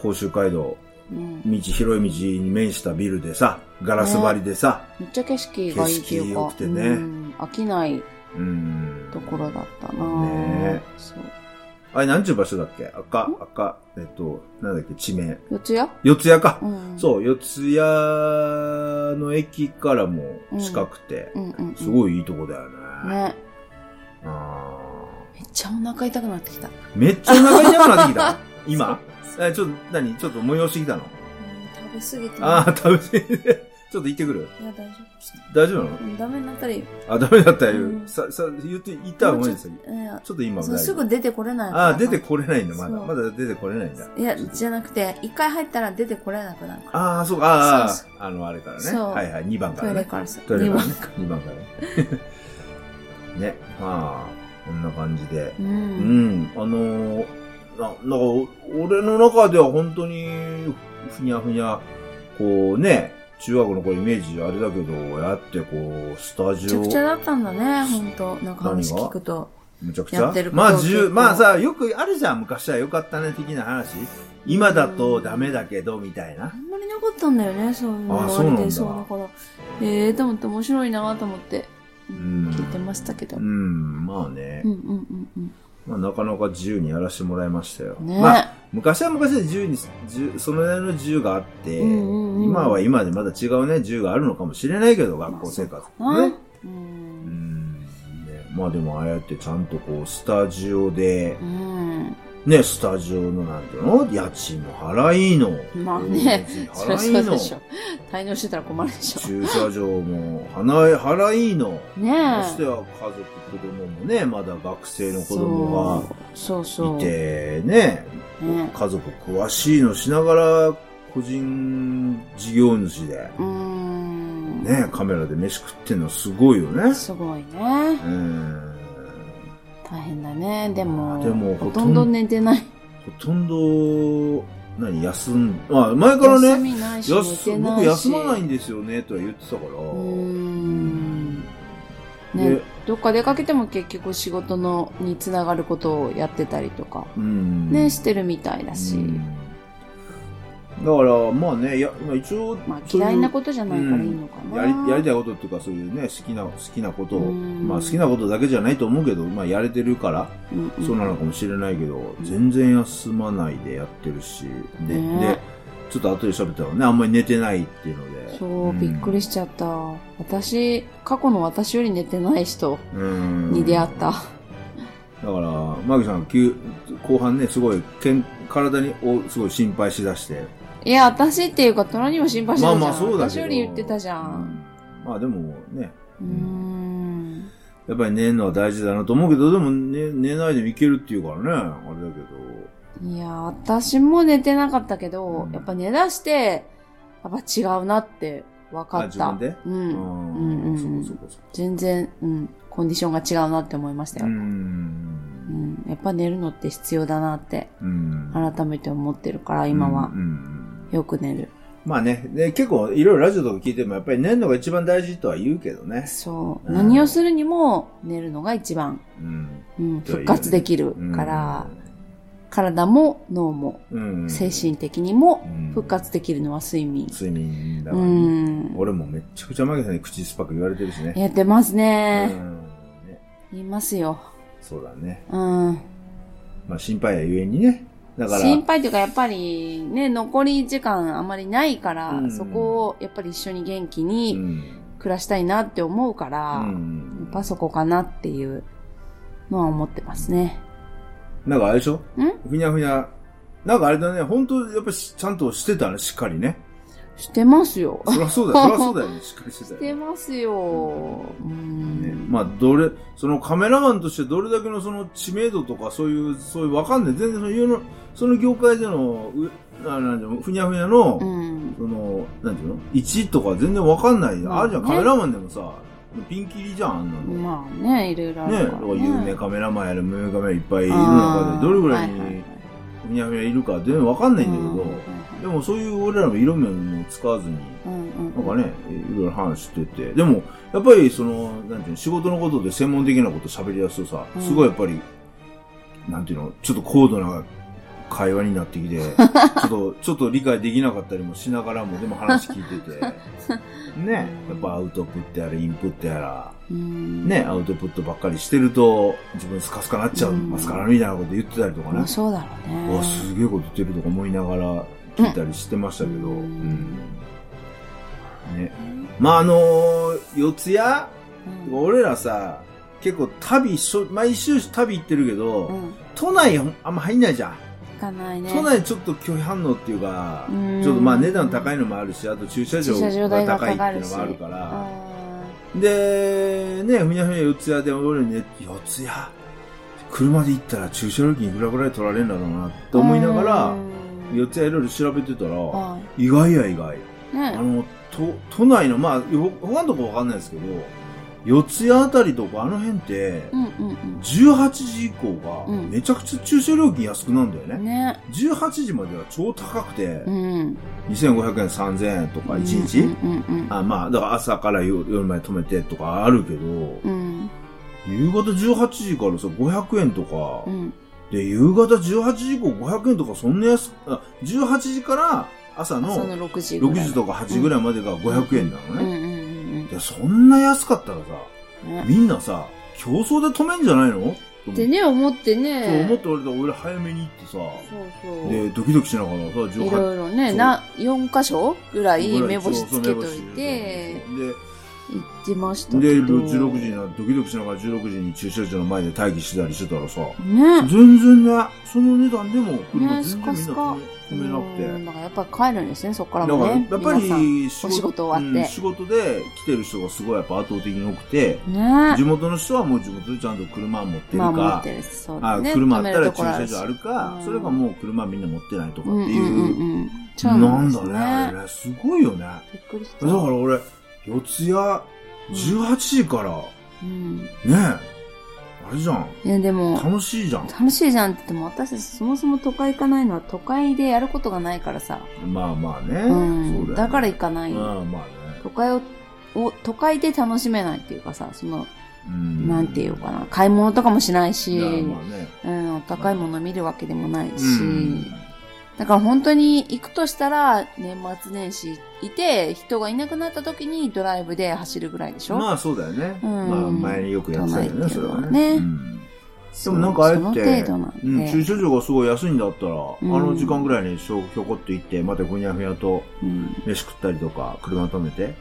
Speaker 2: 甲州街道、
Speaker 1: うん。
Speaker 2: 道、広い道に面したビルでさ、ガラス張りでさ、
Speaker 1: めっちゃ景色がいいっていう
Speaker 2: 景色良
Speaker 1: か、
Speaker 2: くてね
Speaker 1: うん、飽きない
Speaker 2: うん。
Speaker 1: ところだったな
Speaker 2: ねえ
Speaker 1: そう。
Speaker 2: あれ、なんちゅう場所だっけ赤、赤、えっと、なんだっけ、地名。
Speaker 1: 四ツ谷
Speaker 2: 四ツ谷か。
Speaker 1: うん。
Speaker 2: そう、四ツ谷の駅からも近くて、
Speaker 1: うんうんうん
Speaker 2: すごいいいとこだよ
Speaker 1: う
Speaker 2: ね。
Speaker 1: ね。
Speaker 2: あ
Speaker 1: めっちゃお腹痛くなってきた。
Speaker 2: ーめっちゃお腹痛くなって きた。今え、ちょっと、何ちょっと催してきたの
Speaker 1: うん食べ過ぎても。
Speaker 2: ああ、食べて、ちょっと行ってくる。
Speaker 1: いや、大丈
Speaker 2: 大丈夫なの
Speaker 1: 夫。うんダメになったらいいよ。
Speaker 2: あ、ダメだったよ。
Speaker 1: うん
Speaker 2: さ、さ、言って、言った方がいいですよ。
Speaker 1: いや
Speaker 2: ちょっと今
Speaker 1: そう
Speaker 2: 大丈
Speaker 1: す
Speaker 2: 夫
Speaker 1: ぐ出てこれないから
Speaker 2: あー、出てこれないんだ、まだ。
Speaker 1: そう
Speaker 2: まだ出てこれないんだ。
Speaker 1: いや、じゃなくて、一回入ったら出てこれなくなるか
Speaker 2: ああ、そうか、あ
Speaker 1: そ
Speaker 2: あ、あの、あれからね。
Speaker 1: そう
Speaker 2: はいはい、2番
Speaker 1: ら。
Speaker 2: か
Speaker 1: ト
Speaker 2: ら
Speaker 1: イレ
Speaker 2: ね。
Speaker 1: からさ。
Speaker 2: トイレから
Speaker 1: 二番。
Speaker 2: 2番からね。ね、 まあ、こんな感じで。
Speaker 1: う。
Speaker 2: うんん、あのー、な、なんか、お俺の中では本当に、ふにゃふにゃ、こうね、中学の子イメージあれだけど、やってこう、スタ
Speaker 1: め
Speaker 2: ジ
Speaker 1: ちゃ
Speaker 2: オ。
Speaker 1: くちゃだったんだね、ほんと。なんか話
Speaker 2: 何が
Speaker 1: 聞くと。
Speaker 2: むちゃくち
Speaker 1: や
Speaker 2: ゃ
Speaker 1: ってることを
Speaker 2: まあ
Speaker 1: 結構
Speaker 2: 自由まあさ、よくあるじゃん。昔は良かったね、的な話。今だとダメだけど、みたいな
Speaker 1: あ。んまりなかったんだよね、そういうの
Speaker 2: あ
Speaker 1: が
Speaker 2: そうなんだ
Speaker 1: 割とそうだから。ええー、と思って面白いなと思って、うんん、聞いてましたけど。
Speaker 2: う
Speaker 1: うん
Speaker 2: ん、まあね
Speaker 1: うん。うんうん
Speaker 2: まあなかなか自由にやらせてもらいましたよ。
Speaker 1: ね
Speaker 2: まあ、昔は昔で銃に、銃その辺の銃があって、
Speaker 1: うんうんうん
Speaker 2: 今は今でまた違うね、銃があるのかもしれないけど、学校生活ってね。
Speaker 1: まあそうかなう。
Speaker 2: うんんねまあでもああやってちゃんとこう、スタジオで
Speaker 1: う、ん。
Speaker 2: ね、スタジオのなんていうの家賃も払いの。
Speaker 1: まあね
Speaker 2: 家賃
Speaker 1: そりゃ
Speaker 2: 払い
Speaker 1: そう
Speaker 2: の
Speaker 1: で。しょ。滞納してたら困るでしょ。
Speaker 2: 駐車場も払い、払いの。
Speaker 1: ね
Speaker 2: そして
Speaker 1: え。
Speaker 2: は家族、子供もね、まだ学生の子供が
Speaker 1: そうそう。
Speaker 2: いて、ね、
Speaker 1: ね
Speaker 2: 家族詳しいのしながら、個人事業主で、
Speaker 1: うーん。
Speaker 2: ね、カメラで飯食ってんのすごいよね。
Speaker 1: すごいね
Speaker 2: う。ん。
Speaker 1: 大変だね。で
Speaker 2: ま
Speaker 1: も、
Speaker 2: あでも
Speaker 1: ほとんど寝てない。
Speaker 2: ほとんど、何、休ん、まあ、前からね、
Speaker 1: みないし、
Speaker 2: や
Speaker 1: 寝
Speaker 2: す
Speaker 1: てない
Speaker 2: 僕
Speaker 1: し。
Speaker 2: 休まない
Speaker 1: うん
Speaker 2: ですよね、とは言ってたから。
Speaker 1: ーん。ね
Speaker 2: で、
Speaker 1: どっか出かけても結局仕事のにつながることをやってたりとか、
Speaker 2: うん。
Speaker 1: ね、してるみたいだし、
Speaker 2: うんだから、まあね、や、まあ一応、
Speaker 1: まあ
Speaker 2: そういう
Speaker 1: 嫌いなことじゃないからいいのかな。
Speaker 2: やりやりたいことっていうかそういうね好きな好きなことを
Speaker 1: うん
Speaker 2: まあ、好きなことだけじゃないと思うけど、まあ、やれてるから
Speaker 1: うんうん
Speaker 2: そうなのかもしれないけど、全然休まないでやってるしで,、
Speaker 1: ね
Speaker 2: でちょっと後で喋ったらねあんまり寝てないっていうので
Speaker 1: そう、びっくりしちゃった。私、過去の私より寝てない人
Speaker 2: うん
Speaker 1: に出会った。
Speaker 2: だからマギさん急後半ねすごいけん体におすごい心配しだして
Speaker 1: いや、私っていうか、隣にも心配して
Speaker 2: ま
Speaker 1: た
Speaker 2: あ
Speaker 1: じゃん。
Speaker 2: まあそうだけ
Speaker 1: 私
Speaker 2: ど
Speaker 1: より言ってたじゃ。
Speaker 2: うんんまあでもね
Speaker 1: うーん。
Speaker 2: やっぱり寝るのは大事だなと思うけどでも寝寝ないでもいけるっていうからねあれだけど。
Speaker 1: いや、私も寝てなかったけど
Speaker 2: う、ん
Speaker 1: やっぱ寝出して、やっぱ違うなって分か
Speaker 2: あ
Speaker 1: っ
Speaker 2: 自
Speaker 1: た。
Speaker 2: 分で
Speaker 1: うん。
Speaker 2: うん
Speaker 1: うん
Speaker 2: そ
Speaker 1: うん
Speaker 2: こそこそこ
Speaker 1: 全然、うん。コンディションが違うなって思いました
Speaker 2: う
Speaker 1: よ。うんん。やっぱ寝るのって必要だなって、
Speaker 2: うん
Speaker 1: 改めて思ってるから、今は
Speaker 2: うん。うん
Speaker 1: よく寝る。
Speaker 2: まあね、で結構いろいろラジオとか聞いてもやっぱり寝るのが一番大事とは言うけどね。
Speaker 1: そう。
Speaker 2: うん
Speaker 1: 何をするにも寝るのが一番、
Speaker 2: うん。
Speaker 1: うん、復活できる
Speaker 2: うん
Speaker 1: から、、体も脳も
Speaker 2: うん。
Speaker 1: 精神的にも
Speaker 2: うん
Speaker 1: 復活できるのは睡眠。
Speaker 2: 睡眠だか
Speaker 1: う
Speaker 2: ら、
Speaker 1: ん。
Speaker 2: 俺もめっちゃくちゃマギさんに口酸っぱく言われてるしね。
Speaker 1: やってます
Speaker 2: う
Speaker 1: ね。
Speaker 2: んね
Speaker 1: 言いますよ。
Speaker 2: そうだね。
Speaker 1: うん。
Speaker 2: まあ心配やゆえにね。だから、
Speaker 1: 心配というか、やっぱりね、残り時間あまりないから、
Speaker 2: うん
Speaker 1: そこをやっぱり一緒に元気
Speaker 2: う
Speaker 1: に
Speaker 2: ん。
Speaker 1: 暮らしたいなって思うから、
Speaker 2: うん
Speaker 1: やっぱそこかなっていうのは思ってますね。
Speaker 2: なんかあれでしょ
Speaker 1: ん
Speaker 2: ふにゃふにゃ。なんかあれだね、本当やっぱしちゃんとしてたね、しっかりね。
Speaker 1: してますよ。
Speaker 2: そりゃそうだよ、そりゃそう だよね、しっかりしてた
Speaker 1: し
Speaker 2: よ
Speaker 1: て
Speaker 2: ね。
Speaker 1: ますよ。うん。
Speaker 2: ね、まあ、どれ、そのカメラマンとしてどれだけのその知名度とかそういう、そういうわかんない。全然その世の、その業界での、うあなんていうの、ふにゃふにゃの、
Speaker 1: うん。
Speaker 2: その、なんていうの位置とか全然わかんない。
Speaker 1: まあ
Speaker 2: あるじゃん、
Speaker 1: ね
Speaker 2: カメラマンでもさ、ピンキリじゃん、あんなの。
Speaker 1: まあね、いろいろあ
Speaker 2: ね、
Speaker 1: るか、
Speaker 2: だからら
Speaker 1: ね。
Speaker 2: 有名カメラマンやら無名カメラいっぱいいる
Speaker 1: あ
Speaker 2: 中
Speaker 1: ー
Speaker 2: で、どれぐら
Speaker 1: は
Speaker 2: い
Speaker 1: はは
Speaker 2: にふにゃふにゃいるか全然わかんないんだけど、でもそういう俺らの色目も使わずに、
Speaker 1: うんうん
Speaker 2: なん
Speaker 1: うん
Speaker 2: かね、いろいろ話してて、でも、やっぱりその、なんていうの、仕事のことで専門的なこと喋り出すとさ、
Speaker 1: うん
Speaker 2: すごいやっぱり、なんていうの、ちょっと高度な会話になって きて、ちょっと、ちょっと理解できなかったりもしながらも、でも話聞いて て、ね、やっぱアウトプットやらインプットやら、
Speaker 1: うん。
Speaker 2: ね、アウトプットばっかりしてると、自分スカスカなっちゃう
Speaker 1: うん
Speaker 2: ますからみたいなこと言ってたりとかね
Speaker 1: まあ、そうだろう
Speaker 2: う
Speaker 1: ね。
Speaker 2: わ、すげえこと言ってるとか思いながら聞いたりしてましたけど、
Speaker 1: う
Speaker 2: うんん。ね。まあ、あのー四ツ谷
Speaker 1: うん
Speaker 2: 俺らさ、結構旅しょ、毎週旅行ってるけど、
Speaker 1: うん。
Speaker 2: 都内あんま入んないじゃん。
Speaker 1: 行かないね。
Speaker 2: 都内ちょっと拒否反応っていうか、
Speaker 1: うん
Speaker 2: ちょっとまあ値段高いのもあるし、あと駐車場
Speaker 1: 駐車場代
Speaker 2: が
Speaker 1: が
Speaker 2: 高い
Speaker 1: か
Speaker 2: っ
Speaker 1: か
Speaker 2: てい
Speaker 1: る
Speaker 2: うの
Speaker 1: し。
Speaker 2: もあるか
Speaker 1: あ
Speaker 2: ら、で、ね、ふにゃふにゃ四ツ谷で俺ね、四ツ谷車で行ったら駐車料金いくらぐらい取られるんだろうなって
Speaker 1: ー
Speaker 2: 思いながら
Speaker 1: う、ん
Speaker 2: 四ツ谷いろいろ調べてたら、
Speaker 1: は
Speaker 2: 意外や意外。
Speaker 1: い
Speaker 2: あ
Speaker 1: ね
Speaker 2: の、と都内の、まあ、よ他のとこわかんないですけど、四谷あたりとかあの辺って、
Speaker 1: うんうん
Speaker 2: 18時以降が
Speaker 1: うん
Speaker 2: めちゃくちゃ駐車料金安くなるんだよ
Speaker 1: う
Speaker 2: ね。
Speaker 1: ん。ね。
Speaker 2: 18時までは超高くて、
Speaker 1: うん。
Speaker 2: 2500円、3000円とか1日、
Speaker 1: うんうん
Speaker 2: あまあ、だから朝から夜夜まで止めてとかあるけど、
Speaker 1: うん。うん。
Speaker 2: 夕方18時からさ、500円とか、
Speaker 1: うん。
Speaker 2: で、夕方18時以降500円とかそんな安く、あ18時から朝
Speaker 1: そ
Speaker 2: の
Speaker 1: の6時ぐ
Speaker 2: 6
Speaker 1: らい。
Speaker 2: 時とか8時ぐらいまでが500円なのね。
Speaker 1: うんうんうん
Speaker 2: で、そんな安かったらさ、
Speaker 1: うん。ね
Speaker 2: みんなさ、競争で止めんじゃないの
Speaker 1: ってね思ってね
Speaker 2: そう思って俺と俺早めに行ってさ、
Speaker 1: そうそう
Speaker 2: で、ドキドキしながらさ、
Speaker 1: いろいろね
Speaker 2: そう
Speaker 1: な4箇所ぐらい
Speaker 2: ぐら
Speaker 1: 目星
Speaker 2: そう
Speaker 1: つけとい
Speaker 2: 目
Speaker 1: て
Speaker 2: 星で、
Speaker 1: 行ってましたけど
Speaker 2: で、16時にな、ドキドキしながら16時に駐車場の前で待機してたりしてたらさ、
Speaker 1: ね
Speaker 2: 全然ね、その値段でも車
Speaker 1: ね
Speaker 2: 全
Speaker 1: スカ
Speaker 2: 然み
Speaker 1: ス
Speaker 2: んな
Speaker 1: カ
Speaker 2: 止め止め
Speaker 1: うん
Speaker 2: なくて。
Speaker 1: だからやっぱり帰るんですねそこから
Speaker 2: だか
Speaker 1: も
Speaker 2: ら、
Speaker 1: ね
Speaker 2: やっぱり仕
Speaker 1: お仕事終わって
Speaker 2: うん仕事で来てる人がすごいやっぱ圧倒的に多くて、
Speaker 1: 皆さんね
Speaker 2: 地元の人はもう地元でちゃんと車持ってる
Speaker 1: ま
Speaker 2: か、
Speaker 1: あ持ってるしそうだ
Speaker 2: あ
Speaker 1: ね
Speaker 2: 車あ
Speaker 1: 止
Speaker 2: っ
Speaker 1: め
Speaker 2: た
Speaker 1: る
Speaker 2: ら
Speaker 1: と
Speaker 2: 駐
Speaker 1: ころある
Speaker 2: 車
Speaker 1: し
Speaker 2: 場あるか
Speaker 1: う、ん
Speaker 2: それがもう車みんな持ってないとか
Speaker 1: うん
Speaker 2: っ
Speaker 1: う
Speaker 2: て
Speaker 1: ん
Speaker 2: いう。
Speaker 1: うんうんそう
Speaker 2: なん
Speaker 1: です
Speaker 2: だね、あれすごいよね。だか
Speaker 1: びっくりした
Speaker 2: ら俺、四谷18時から、
Speaker 1: うん
Speaker 2: ねえ、あれじゃん、
Speaker 1: いやでも
Speaker 2: 楽しいじゃん。
Speaker 1: 楽しいじゃんって言っても私たちそもそも都会行かないのは都会でやることがないからさ、
Speaker 2: まあまあね、
Speaker 1: うん
Speaker 2: そう
Speaker 1: だ
Speaker 2: だよね
Speaker 1: から行かない、
Speaker 2: まあまあね。
Speaker 1: 都会をを都会で楽しめないっていうかさその、
Speaker 2: うん
Speaker 1: なんていうかな買い物とかもしないし、
Speaker 2: だからまあね。
Speaker 1: うん、高いもの見るわけでもないし、
Speaker 2: うん
Speaker 1: だから本当に行くとしたら年末年始いて人がいなくなった時にドライブで走るぐらいでしょ、
Speaker 2: まあそうだよね。
Speaker 1: うん
Speaker 2: まあ前によくやってたよ
Speaker 1: 都内
Speaker 2: ね、
Speaker 1: ってい
Speaker 2: そう
Speaker 1: のはね
Speaker 2: れはね。うんでもなんかあれ
Speaker 1: その
Speaker 2: っ
Speaker 1: 程
Speaker 2: て、
Speaker 1: 度なんで、
Speaker 2: うん、駐車場がすごい安いんだったら、
Speaker 1: ん
Speaker 2: あの時間ぐらいにしょひょこっと行って、またふにゃふにゃと
Speaker 1: うん
Speaker 2: 飯食ったりとか、車止めて、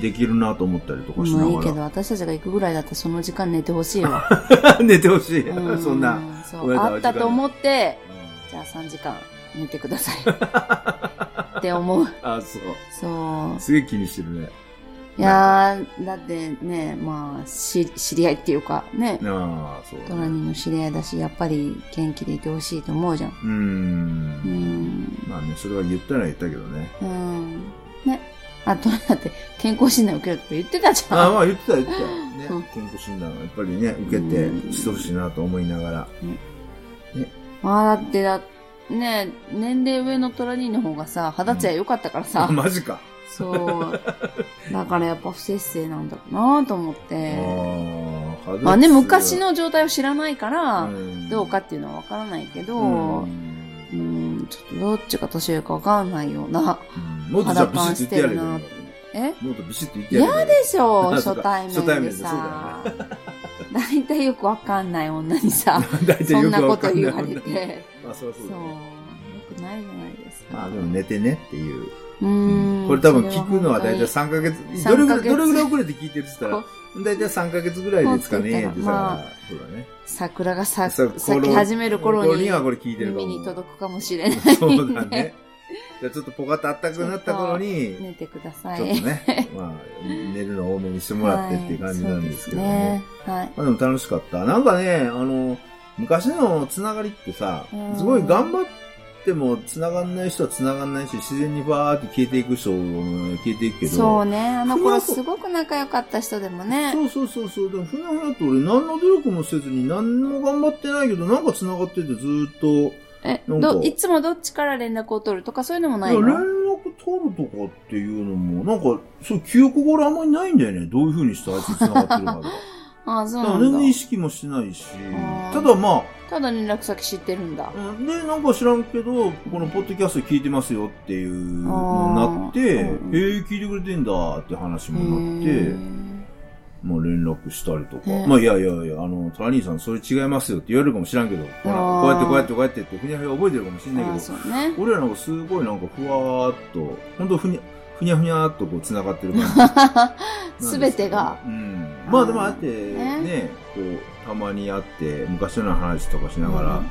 Speaker 2: できるなと思ったりとかしな
Speaker 1: まあいい
Speaker 2: が
Speaker 1: け
Speaker 2: ら。
Speaker 1: ど私たちが行くぐらいだったらその時間寝てほしいわ
Speaker 2: 寝てほしい。
Speaker 1: う
Speaker 2: そんな。
Speaker 1: そう
Speaker 2: 親と会う時間
Speaker 1: あったと思ってじゃあ3時間寝てください って思う
Speaker 2: あ、そう。
Speaker 1: そう
Speaker 2: すげえ気にしてるね。
Speaker 1: いやーだってねまあし知り合いっていうかね
Speaker 2: ああ、そうだ
Speaker 1: ドラ
Speaker 2: ね。
Speaker 1: ニーの知り合いだしやっぱり元気でいてほしいと思うじゃん
Speaker 2: う
Speaker 1: う
Speaker 2: ー。
Speaker 1: んん
Speaker 2: まあね、それは言ったら言ったけどね。
Speaker 1: うんねあとだって健康診断受けるとか言ってたじ
Speaker 2: あ
Speaker 1: ゃ
Speaker 2: あ、
Speaker 1: ん
Speaker 2: まあ言ってた言ってた。
Speaker 1: うん
Speaker 2: ね、健康診断はやっぱりね、受け
Speaker 1: うん
Speaker 2: てしてほしいなと思いながら。
Speaker 1: まあだってだね年齢上のトラニーの方がさ肌ツヤ良かったからさ、
Speaker 2: マジか。
Speaker 1: そうだからやっぱ不摂生なんだろうなと思って
Speaker 2: ああ、
Speaker 1: まあね昔の状態を知らないか
Speaker 2: 肌
Speaker 1: ら
Speaker 2: ツヤ、ん
Speaker 1: どうかっていうのはわからないけど、
Speaker 2: うん
Speaker 1: うん、ちょっとどっちが年上かわかんないような。
Speaker 2: うんもっとじゃあビシッと言ってやればいいのに
Speaker 1: え
Speaker 2: もっとビシッと言ってやればい
Speaker 1: 嫌
Speaker 2: いのに
Speaker 1: でしょ
Speaker 2: あそう
Speaker 1: 初
Speaker 2: か
Speaker 1: 対
Speaker 2: 初対
Speaker 1: 面
Speaker 2: 面
Speaker 1: で
Speaker 2: でそうだ
Speaker 1: さ。大体よくわかんない女にさ、
Speaker 2: 大体
Speaker 1: そん
Speaker 2: よ
Speaker 1: な
Speaker 2: く
Speaker 1: こ
Speaker 2: わか
Speaker 1: と
Speaker 2: んない
Speaker 1: 言われて。
Speaker 2: まあそりゃ
Speaker 1: そ
Speaker 2: そう
Speaker 1: う。
Speaker 2: だ
Speaker 1: よ
Speaker 2: よね
Speaker 1: くないじゃないですか。
Speaker 2: まあでも寝てねっていう。
Speaker 1: うーん。
Speaker 2: これ多分聞くのは大体
Speaker 1: そ
Speaker 2: 3ヶ月
Speaker 1: に、
Speaker 2: どれぐ
Speaker 1: 3ヶ
Speaker 2: らい、
Speaker 1: 月
Speaker 2: どれぐらい遅れて聞いてるって言った
Speaker 1: れは
Speaker 2: ら
Speaker 1: 本、
Speaker 2: 大体3ヶ月ぐらいですかねって
Speaker 1: まあ
Speaker 2: さ、そうだね
Speaker 1: 当。に桜が咲
Speaker 2: さ
Speaker 1: く、咲き始める頃に
Speaker 2: はこれ聞いてるかも
Speaker 1: 耳に届くかもしれないんで。
Speaker 2: そうだね。じゃあちょっとポカッと暖かくなった頃に、
Speaker 1: 寝てくださ
Speaker 2: ちょっ
Speaker 1: い。
Speaker 2: とね、まあ、寝るの多めにしてもらってっていう感じなんですけど
Speaker 1: はい。。
Speaker 2: ね
Speaker 1: そうですねはい。
Speaker 2: まあでも楽しかった。なんかね、あの、昔のつながりってさ
Speaker 1: うん、
Speaker 2: すごい頑張ってもつながんない人はつながんないし、自然にバーって消えていく人も消えていくけど。
Speaker 1: そうね。あの頃すごく仲良かった人でもね。
Speaker 2: そうそうそうそう。でもふなふなと俺何の努力もせずに何も頑張ってないけど、なんか繋がっててずーっと。
Speaker 1: え、
Speaker 2: なんか
Speaker 1: ど、いつもどっちから連絡を取るとかそういうのもない
Speaker 2: いや連
Speaker 1: の
Speaker 2: 絡取るとかっていうのも、なんか、そう、記憶が俺あんまりないんだよね。どういう風にしてあいつに繋がってるかとか。
Speaker 1: あ あ、そう
Speaker 2: だから
Speaker 1: な
Speaker 2: 全然
Speaker 1: ん
Speaker 2: 意
Speaker 1: だ。
Speaker 2: 識もしないし
Speaker 1: ー。
Speaker 2: ただま
Speaker 1: ただ連絡先知ってるんだ
Speaker 2: あ、。うんで、なんか知らんけど、このポッドキャスト聞いてますよっていうのになって、
Speaker 1: あ
Speaker 2: え
Speaker 1: ーうん
Speaker 2: ー、聞いてくれてんだって話もなって、
Speaker 1: へー
Speaker 2: まあ連絡したりとか
Speaker 1: へえ。
Speaker 2: まあいやいやいや、あの、トラ兄さんそれ違いますよって言われるかもしらんけど、ほら、
Speaker 1: あー
Speaker 2: こうやってこうやってこうやってって、ふにゃふにゃ覚えてるかもしんない
Speaker 1: ああ、
Speaker 2: けど、
Speaker 1: そうね。
Speaker 2: 俺らなんかすごいなんかふわーっと、ほんとふにゃ、ふにゃふにゃーっとこう繋がって る感じ。
Speaker 1: すべてが。。
Speaker 2: うん。まあでもああやって
Speaker 1: ね
Speaker 2: ね、こう、たまに会って、昔の話とかしながら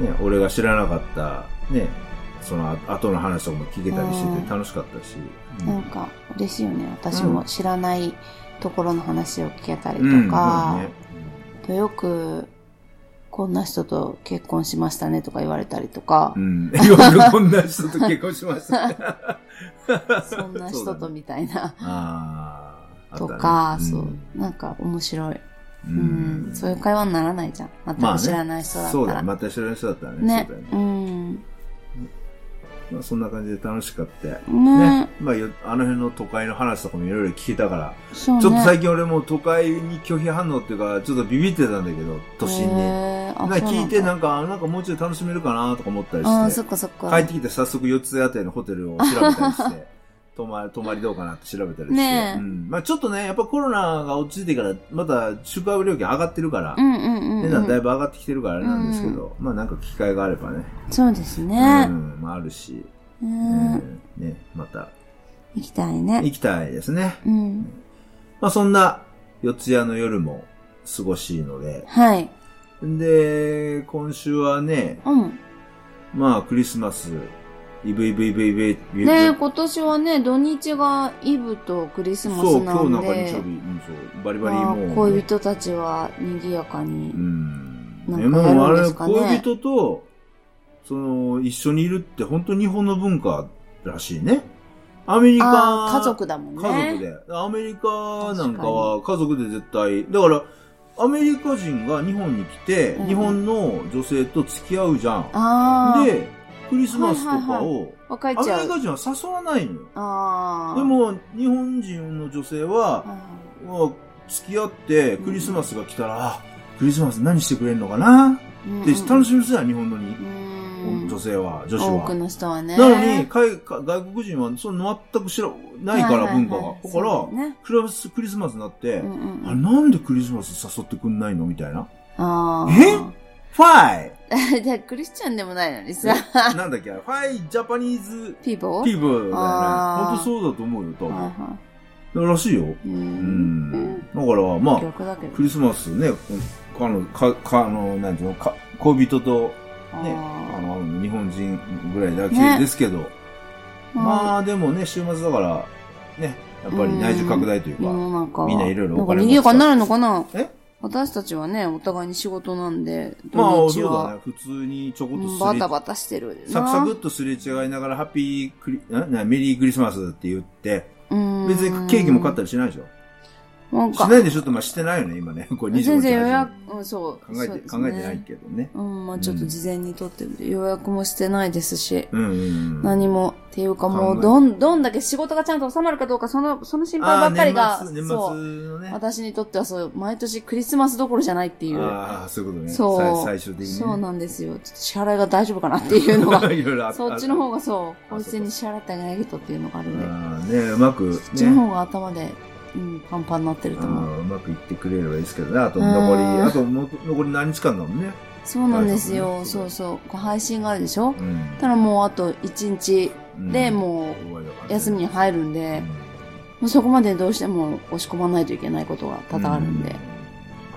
Speaker 1: うん、
Speaker 2: ね、俺が知らなかった、ね、そのあ後の話とかも聞けたりしてて楽しかったし。う
Speaker 1: なん
Speaker 2: ん
Speaker 1: か嬉しいよね。私も知らないところの話を聞けたり
Speaker 2: うん
Speaker 1: とか、
Speaker 2: そうだね
Speaker 1: とよく、こんな人と結婚しましたねとか言われたりとか
Speaker 2: う、ん。よくこんな人と結婚しま した。
Speaker 1: そんな
Speaker 2: そ
Speaker 1: 人
Speaker 2: うだ
Speaker 1: と
Speaker 2: ね
Speaker 1: みたいな、
Speaker 2: ああ。
Speaker 1: とか、
Speaker 2: あったね
Speaker 1: そう、なんか面白い。
Speaker 2: う
Speaker 1: うん
Speaker 2: ん。
Speaker 1: そういう会話にならないじゃん。
Speaker 2: まあ
Speaker 1: 全
Speaker 2: ね
Speaker 1: く知らない人だった
Speaker 2: そうだ
Speaker 1: ら。
Speaker 2: ね。また知らない人だったらね。
Speaker 1: ね
Speaker 2: そうだよね。
Speaker 1: うん。ね
Speaker 2: まあそんな感じで楽しかったよ。ね。まあよあの辺の都会の話とかもいろいろ聞けたから、
Speaker 1: そうね。
Speaker 2: ちょっと最近俺も都会に拒否反応っていうか、ちょっとビビってたんだけど、都心に。
Speaker 1: へーあ
Speaker 2: なんか聞いて
Speaker 1: そう
Speaker 2: なんか、あなんかもうちょい楽しめるかなとか思ったり
Speaker 1: なんだあー、
Speaker 2: し、
Speaker 1: そってかそっか。
Speaker 2: 帰ってきて早速四つあたりのホテルを調べたりして、泊ま泊まりどうかなって調べたりして、
Speaker 1: ねえ
Speaker 2: うんまあ、ちょっとねやっぱコロナが落ち着いてからまた宿泊料金上がってるから、
Speaker 1: うんうんうん
Speaker 2: 値段
Speaker 1: う
Speaker 2: だい
Speaker 1: ん。
Speaker 2: ぶ上がってきてるからあれなんですけど、まあなんか機会があればね、
Speaker 1: そうです
Speaker 2: う
Speaker 1: ね。
Speaker 2: んまあ、あるし、
Speaker 1: う。
Speaker 2: うんんね、また
Speaker 1: 行きたいね。
Speaker 2: 行きたいですね、
Speaker 1: うん。
Speaker 2: まあ、そんな四谷の夜も過ごしいので
Speaker 1: はい。
Speaker 2: で今週はね
Speaker 1: うん。
Speaker 2: まあクリスマスイブイブイブイブイブイブ
Speaker 1: ね今年はね、土日がイブとクリスマ
Speaker 2: そ
Speaker 1: ス
Speaker 2: う
Speaker 1: な
Speaker 2: 今日
Speaker 1: ん
Speaker 2: なんか日曜
Speaker 1: で
Speaker 2: 日、、うん、そうバリバリ
Speaker 1: まあ
Speaker 2: もう、
Speaker 1: 恋人たちは賑やかに
Speaker 2: う。ん。
Speaker 1: なん
Speaker 2: で
Speaker 1: か
Speaker 2: も
Speaker 1: や
Speaker 2: あ
Speaker 1: るん
Speaker 2: れ、
Speaker 1: ですかね
Speaker 2: 恋人と、その、一緒にいるって本当日本の文化らしいね。アメリ
Speaker 1: あ
Speaker 2: カ、
Speaker 1: あ、家族だもんね。
Speaker 2: 家族で。アメリカなんかは家族で絶対、だから、アメリカ人が日本に来て、
Speaker 1: うん
Speaker 2: 日本の女性と付き合うじゃん。
Speaker 1: ああ。
Speaker 2: で、クリスマスとか
Speaker 1: はい
Speaker 2: を、
Speaker 1: 若い
Speaker 2: アメ
Speaker 1: ちゃ
Speaker 2: リ
Speaker 1: う。
Speaker 2: カ人は誘わないのよ。
Speaker 1: ああ。
Speaker 2: で、も、日本人の女性は、
Speaker 1: う
Speaker 2: まあ付き合ってクリスマスが来たら、あクリスマス何してくれるのかなっ
Speaker 1: ん、
Speaker 2: て楽しみですよ、日本のに
Speaker 1: う、ん。
Speaker 2: 女性は、女子
Speaker 1: 多く
Speaker 2: は。
Speaker 1: の人はね。
Speaker 2: なのに、海外外国人はその全く知らないから、文化が。だから、
Speaker 1: ら、ね
Speaker 2: クリスクリスマスになって、
Speaker 1: うんうんう
Speaker 2: あ
Speaker 1: ん、
Speaker 2: なんでクリスマス誘ってくんないのみたいな。
Speaker 1: あ
Speaker 2: ファイ
Speaker 1: えじゃあクリスチャンでもないのにさ、
Speaker 2: なんだっけファイジャパニーズ
Speaker 1: ピーボー
Speaker 2: ピーブだよね。
Speaker 1: あー
Speaker 2: 本当そうだと思うよ、多
Speaker 1: はい
Speaker 2: 分。
Speaker 1: は
Speaker 2: らしいよ。
Speaker 1: い。う。
Speaker 2: うんん。だから、まあ、
Speaker 1: 逆だけど。
Speaker 2: クリスマスね、このかの、か、か、あの、なんていうの、か、恋人と、ね、あ
Speaker 1: あ
Speaker 2: の、日本人ぐらいだ
Speaker 1: ね
Speaker 2: けですけど、
Speaker 1: ー
Speaker 2: まあでもね、週末だから、ね、やっぱり内需拡大という
Speaker 1: 世
Speaker 2: か、
Speaker 1: の中
Speaker 2: みんないろいろ
Speaker 1: な
Speaker 2: お
Speaker 1: んか
Speaker 2: 金
Speaker 1: 賑やかになるのかな
Speaker 2: え
Speaker 1: 私たちはね、お互いに仕事なんで、
Speaker 2: まあ
Speaker 1: 土日
Speaker 2: そう
Speaker 1: は、
Speaker 2: だね、普通にちょこっと
Speaker 1: うん
Speaker 2: す
Speaker 1: バ
Speaker 2: れ、
Speaker 1: タバタしてるな。
Speaker 2: サクサクっとすれ違いながら、ハッピークリ、んなメリークリスマスって言って、
Speaker 1: うん
Speaker 2: 別にケーキも買ったりしないでしょ
Speaker 1: なん
Speaker 2: し
Speaker 1: か、
Speaker 2: ないでしょって、まあしてないよね、今ね。これ25日
Speaker 1: 全然予
Speaker 2: 配
Speaker 1: 約
Speaker 2: 信、
Speaker 1: うん、そう。
Speaker 2: 考え
Speaker 1: そう
Speaker 2: て、
Speaker 1: ですね
Speaker 2: 考えてないけどね。
Speaker 1: うん、まあちょっと事前に撮ってるんで、予約もしてないですし、
Speaker 2: うんうんうん。
Speaker 1: 何も、っていうかも
Speaker 2: 考
Speaker 1: う、
Speaker 2: え
Speaker 1: どん、どんだけ仕事がちゃんと収まるかどうか、その、その心配ばっかりが、
Speaker 2: あー年末、年末
Speaker 1: そう、
Speaker 2: のね。
Speaker 1: 私にとってはそう、毎年クリスマスどころじゃないっていう、
Speaker 2: ああ、そういうことね。
Speaker 1: そう
Speaker 2: さい最終的に、ね。
Speaker 1: そうなんですよ。ちょっと支払いが大丈夫かなっていうの が、
Speaker 2: いろいろあった。
Speaker 1: そっちの方がそう、
Speaker 2: あ
Speaker 1: 法律に支払ってあげないとっていうのがあるんで、
Speaker 2: ああ、ねうまく、ね、
Speaker 1: そっちの方が頭で、うん、パンパンになってる
Speaker 2: あ
Speaker 1: と思う。
Speaker 2: ーうまくいってくれればいいですけどね。あと残り、
Speaker 1: うん
Speaker 2: あとも残り何日間だもんね。
Speaker 1: そうなんです
Speaker 2: 大丈夫
Speaker 1: よ。
Speaker 2: ね
Speaker 1: そうそう。こう配信があるでしょ
Speaker 2: うん
Speaker 1: ただもうあと1日でもう休みに入るんで、もうそこまでどうしても押し込まないといけないことが多々あるんで、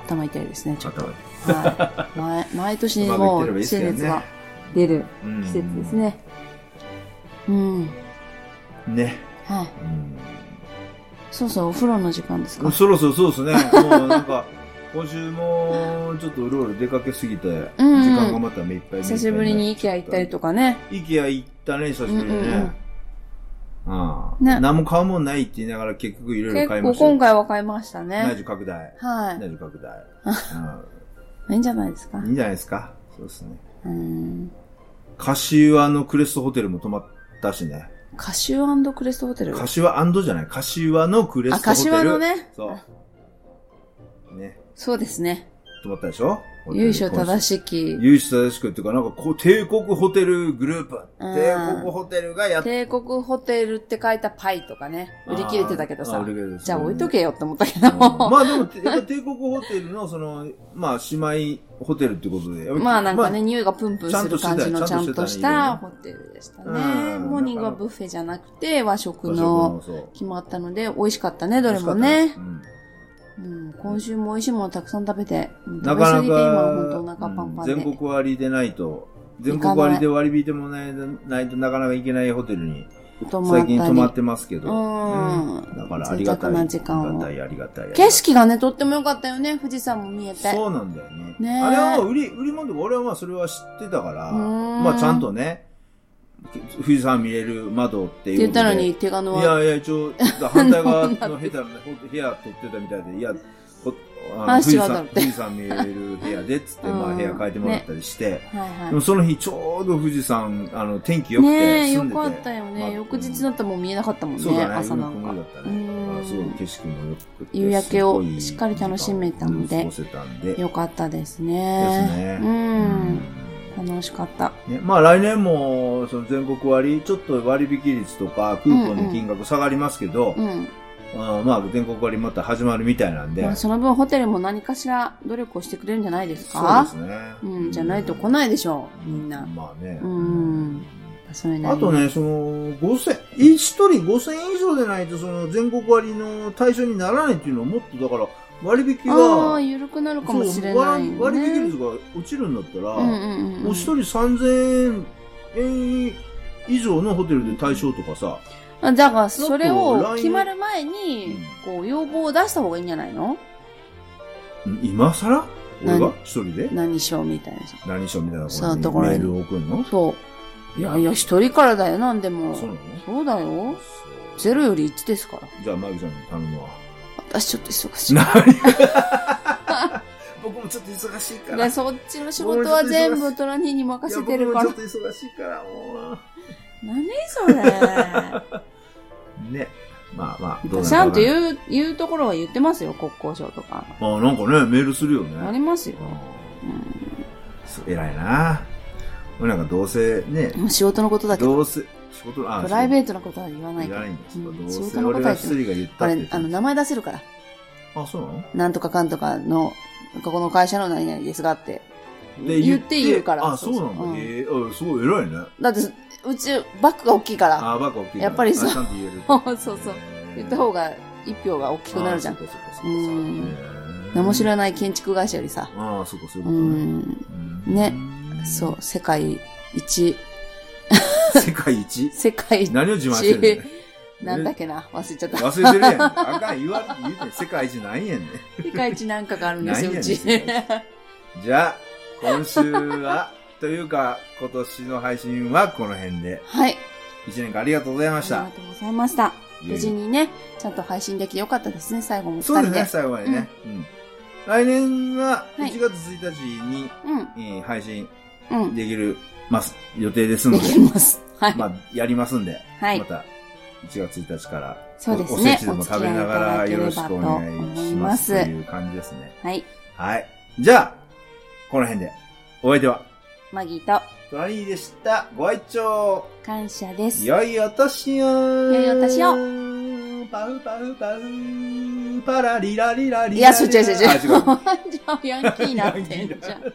Speaker 1: 頭痛いですね、ちょっ と。はい、毎毎年
Speaker 2: うまくい
Speaker 1: も
Speaker 2: ってればいういです
Speaker 1: 季
Speaker 2: けどね
Speaker 1: 節が出る
Speaker 2: 季
Speaker 1: 季節です。ね。うん。
Speaker 2: うんね。
Speaker 1: はい。
Speaker 2: うん
Speaker 1: そうそう、お風呂の時間ですか。
Speaker 2: そろそろそうですね。 もうなんか、今週もちょっとうろうろ出かけすぎて、
Speaker 1: う
Speaker 2: 時
Speaker 1: ん
Speaker 2: 間がまた目いっぱい
Speaker 1: 久しぶりに IKEA 行ったりとかね。
Speaker 2: イケア行ったね、久しぶりに
Speaker 1: うんうんうん
Speaker 2: ね。ああ。
Speaker 1: ね
Speaker 2: 何も買うもんないって言いながら結局いろい
Speaker 1: 結
Speaker 2: ろ買いま
Speaker 1: 構
Speaker 2: したよ
Speaker 1: 今回は買いました
Speaker 2: 内
Speaker 1: ね。
Speaker 2: 需拡大。
Speaker 1: は
Speaker 2: 内需拡大。
Speaker 1: い。いいんじゃないですか
Speaker 2: うん。いいんじゃないですか。そうですね。
Speaker 1: うん。
Speaker 2: 柏のクレストホテルも泊まったしね。
Speaker 1: カシュークレストホテル。
Speaker 2: 柏じゃない。柏のクレ
Speaker 1: あ、
Speaker 2: スト
Speaker 1: カ
Speaker 2: ホテ
Speaker 1: シ
Speaker 2: ル。
Speaker 1: ワの。ね。
Speaker 2: そう。ね。
Speaker 1: そうですね。
Speaker 2: 泊まったでしょ
Speaker 1: 由緒正
Speaker 2: し
Speaker 1: しき。
Speaker 2: 由緒正しくっていうか、なんかこう、帝国ホテルグループ。
Speaker 1: うん
Speaker 2: 帝国ホテルがやっ
Speaker 1: 帝国ホテルって書いたパイとかね。売り切れてたけど
Speaker 2: あー
Speaker 1: さ
Speaker 2: 売り。切れてた
Speaker 1: じゃあ置いとけよって思ったけ
Speaker 2: うん
Speaker 1: ど。
Speaker 2: まあでも、てやっぱ帝国ホテルの、その、まあ、姉妹ホテルってことで。
Speaker 1: まあなんか
Speaker 2: ま
Speaker 1: ね、匂いがプンプンする感じのち
Speaker 2: ち
Speaker 1: ゃ
Speaker 2: ゃ
Speaker 1: ん
Speaker 2: ん
Speaker 1: と
Speaker 2: と
Speaker 1: し
Speaker 2: して
Speaker 1: た
Speaker 2: た
Speaker 1: ホテルでしたね。
Speaker 2: うん
Speaker 1: モーニングはブッフェじゃなくて和食
Speaker 2: 和食
Speaker 1: の
Speaker 2: のそう
Speaker 1: 決まったので美味しかったね、どれもね。
Speaker 2: うん
Speaker 1: うん、今週も美味しいものたくさん食べて、うん
Speaker 2: な
Speaker 1: 食べ過
Speaker 2: かなか、
Speaker 1: ぎて今本当お腹パンパンで。
Speaker 2: うん全国割でないと、全国割で割り引いてもらえないとなかなか行けないホテルに、
Speaker 1: 泊まっ
Speaker 2: 最近泊まったてますけど、
Speaker 1: うん
Speaker 2: うんだからありがたい。
Speaker 1: 贅沢な時間を
Speaker 2: ありがたい、ありがたい。
Speaker 1: り。景色がね、とっても良かったよね。富士山も見えて。
Speaker 2: そうなんだよね。
Speaker 1: ねえ
Speaker 2: あれは売り、売り物で、俺はまあそれは知ってたから、
Speaker 1: うん
Speaker 2: まあちゃんとね、富士山見れる窓って
Speaker 1: って
Speaker 2: い
Speaker 1: 言
Speaker 2: うこ
Speaker 1: っ
Speaker 2: と
Speaker 1: た
Speaker 2: で。
Speaker 1: のに、手がの
Speaker 2: い
Speaker 1: は。
Speaker 2: やいや、一応、反対側の下手な部屋取ってたみたいで、いや、こあの
Speaker 1: あ
Speaker 2: 富士
Speaker 1: 違うだろ
Speaker 2: 山
Speaker 1: うって
Speaker 2: 富士山見える部屋で、つって、ま
Speaker 1: う
Speaker 2: あ
Speaker 1: ん
Speaker 2: 部屋変えてもらったりして、
Speaker 1: はいは
Speaker 2: でもその日ちょうど富士山、あの、天気
Speaker 1: い。
Speaker 2: 良くて
Speaker 1: ねえ、
Speaker 2: 住
Speaker 1: よ
Speaker 2: んでて。
Speaker 1: かったよね。
Speaker 2: まあ
Speaker 1: 翌日だったらもう見えなかったもん
Speaker 2: そう
Speaker 1: ね、
Speaker 2: だね、
Speaker 1: 朝なん
Speaker 2: 曇
Speaker 1: か
Speaker 2: りだ。った
Speaker 1: うん
Speaker 2: ね。まあすごい景色も良くて。
Speaker 1: 夕焼けを
Speaker 2: すごい
Speaker 1: しっかり楽しめたので
Speaker 2: 過ごせたんで。
Speaker 1: よかったですね。
Speaker 2: ですね
Speaker 1: うん。楽楽しかった。
Speaker 2: ね、まあ来年もその全国割、ちょっと割引率とかクーポンの金額下がりますけど、
Speaker 1: うん。
Speaker 2: あーまあ全国割また始まるみたいなんで、
Speaker 1: まあ、その分ホテルも何かしら努力をしてくれるんじゃないです
Speaker 2: そう
Speaker 1: か
Speaker 2: ですね。
Speaker 1: うん、じゃないと来ないでしょう、みんな。
Speaker 2: まあね。
Speaker 1: うん。それなり
Speaker 2: あ
Speaker 1: に
Speaker 2: と。ね、その、5000、一人5000円以上でないと、その、全国割の対象にならないっていうのは、もっとだから、割引
Speaker 1: ああ、
Speaker 2: が、
Speaker 1: 緩くなるか
Speaker 2: そ
Speaker 1: も
Speaker 2: う
Speaker 1: しれない、ね。
Speaker 2: 割割引率が落ちるんだったら、
Speaker 1: うんうんうんうん
Speaker 2: お一人3000円以上のホテルで対象とかさ、
Speaker 1: あだから、それ
Speaker 2: ちょっと来
Speaker 1: を
Speaker 2: 年
Speaker 1: 決まる前に、こう、要望を出した方がいいんじゃないの
Speaker 2: 今更俺が
Speaker 1: 何
Speaker 2: 一人で
Speaker 1: 何しようみたいな。
Speaker 2: 何しようみたいな
Speaker 1: そういう
Speaker 2: こと
Speaker 1: ころ
Speaker 2: メ
Speaker 1: に
Speaker 2: ールを送るの
Speaker 1: そう。いやいや、一人からだよ、なんでも。
Speaker 2: そうなの
Speaker 1: そうだよ。
Speaker 2: そう
Speaker 1: ゼロより1ですから。
Speaker 2: じゃあ、マギさんに頼むわ。
Speaker 1: 私ちょっと忙しい。
Speaker 2: 何僕もちょっと忙しい
Speaker 1: だ
Speaker 2: か
Speaker 1: からら。そっちの仕事は全部トラニーに任せてるから
Speaker 2: いや。僕もちょっと忙しいから、もう。
Speaker 1: 何それ。
Speaker 2: ね。まあまあ、
Speaker 1: ちゃんと
Speaker 2: う
Speaker 1: 言う、言うところは言ってますよ、国交省とか。
Speaker 2: なのかな。あなんかね、メールするよ
Speaker 1: あ
Speaker 2: ね。
Speaker 1: りますよ。
Speaker 2: えらいな。俺なんかどうせね、
Speaker 1: もう仕事のことだけど、
Speaker 2: どうせ、仕事、あ
Speaker 1: プライベ
Speaker 2: ー
Speaker 1: ートのことは言わ
Speaker 2: ト
Speaker 1: ない
Speaker 2: い
Speaker 1: からら。
Speaker 2: ないんですか。
Speaker 1: うん
Speaker 2: どう
Speaker 1: 仕
Speaker 2: せ
Speaker 1: 事のこ
Speaker 2: 俺
Speaker 1: とは言
Speaker 2: が一
Speaker 1: っても
Speaker 2: 人が言った
Speaker 1: あ
Speaker 2: って
Speaker 1: れ、あの、名前出せるから。
Speaker 2: あ、そうなの
Speaker 1: なんとかかんとかの、ここの会社の何々ですがって。
Speaker 2: で
Speaker 1: 言って言うから
Speaker 2: あ、そうな
Speaker 1: そうそうう
Speaker 2: の
Speaker 1: ん
Speaker 2: えー、あすごい偉いね。
Speaker 1: だって、うち、バッグが大きいから、
Speaker 2: あ、バカ大きいから。
Speaker 1: やっぱりそう
Speaker 2: あちゃんと言える。
Speaker 1: そうそうそう言った方
Speaker 2: が
Speaker 1: が一票が大きくなるじゃん。
Speaker 2: そうかそうかそうう
Speaker 1: ん。
Speaker 2: かへー
Speaker 1: 何も知らない建築会社よりさ。
Speaker 2: ああ、そうか、そういう
Speaker 1: う
Speaker 2: こと
Speaker 1: ん。
Speaker 2: ね。うん
Speaker 1: ね。そう、世界一、
Speaker 2: 世界一
Speaker 1: 世界一、
Speaker 2: 何を自慢してる んだよ
Speaker 1: なんだっけな、忘れち ゃった。
Speaker 2: 忘れてるやん。あかん、言わ、言うてん世界一ないやんね。
Speaker 1: 世界一なんかがあるんですよ、う
Speaker 2: ないやね
Speaker 1: ち。
Speaker 2: 世界じゃあ、今週は、というか、今年の配信はこの辺で、
Speaker 1: はい。
Speaker 2: 一年間ありがとうございまし
Speaker 1: あ
Speaker 2: た
Speaker 1: り。がとうございました。
Speaker 2: いえいえ
Speaker 1: 無事にね、ちゃんと配信できてよかったですね、最後も二
Speaker 2: そう
Speaker 1: 人
Speaker 2: です
Speaker 1: で。
Speaker 2: ね、最後までね。うん。来年は、
Speaker 1: はい
Speaker 2: 1月1日に、えー配信
Speaker 1: うん、うん。で
Speaker 2: できる、ます、予定で すので、
Speaker 1: きます。はい。
Speaker 2: まあ、やりますんで、
Speaker 1: はい
Speaker 2: ま。た、1月1日から、
Speaker 1: そうです
Speaker 2: お
Speaker 1: ね
Speaker 2: せちでも食べながらよろしくお願いします。
Speaker 1: お
Speaker 2: と
Speaker 1: 付き合いいただければと思います
Speaker 2: いう感じですね。
Speaker 1: はい。
Speaker 2: はい。じゃあ、この辺で、お相手は、
Speaker 1: マギーと
Speaker 2: トラリーでした。ご愛聴
Speaker 1: 感謝です。
Speaker 2: 良いお年を
Speaker 1: 良いお年を
Speaker 2: パウパウパウパラリラリラリラリラ
Speaker 1: いや、そう違う違う違う。
Speaker 2: あ違う
Speaker 1: じゃあ、ヤンキーになってんじゃん。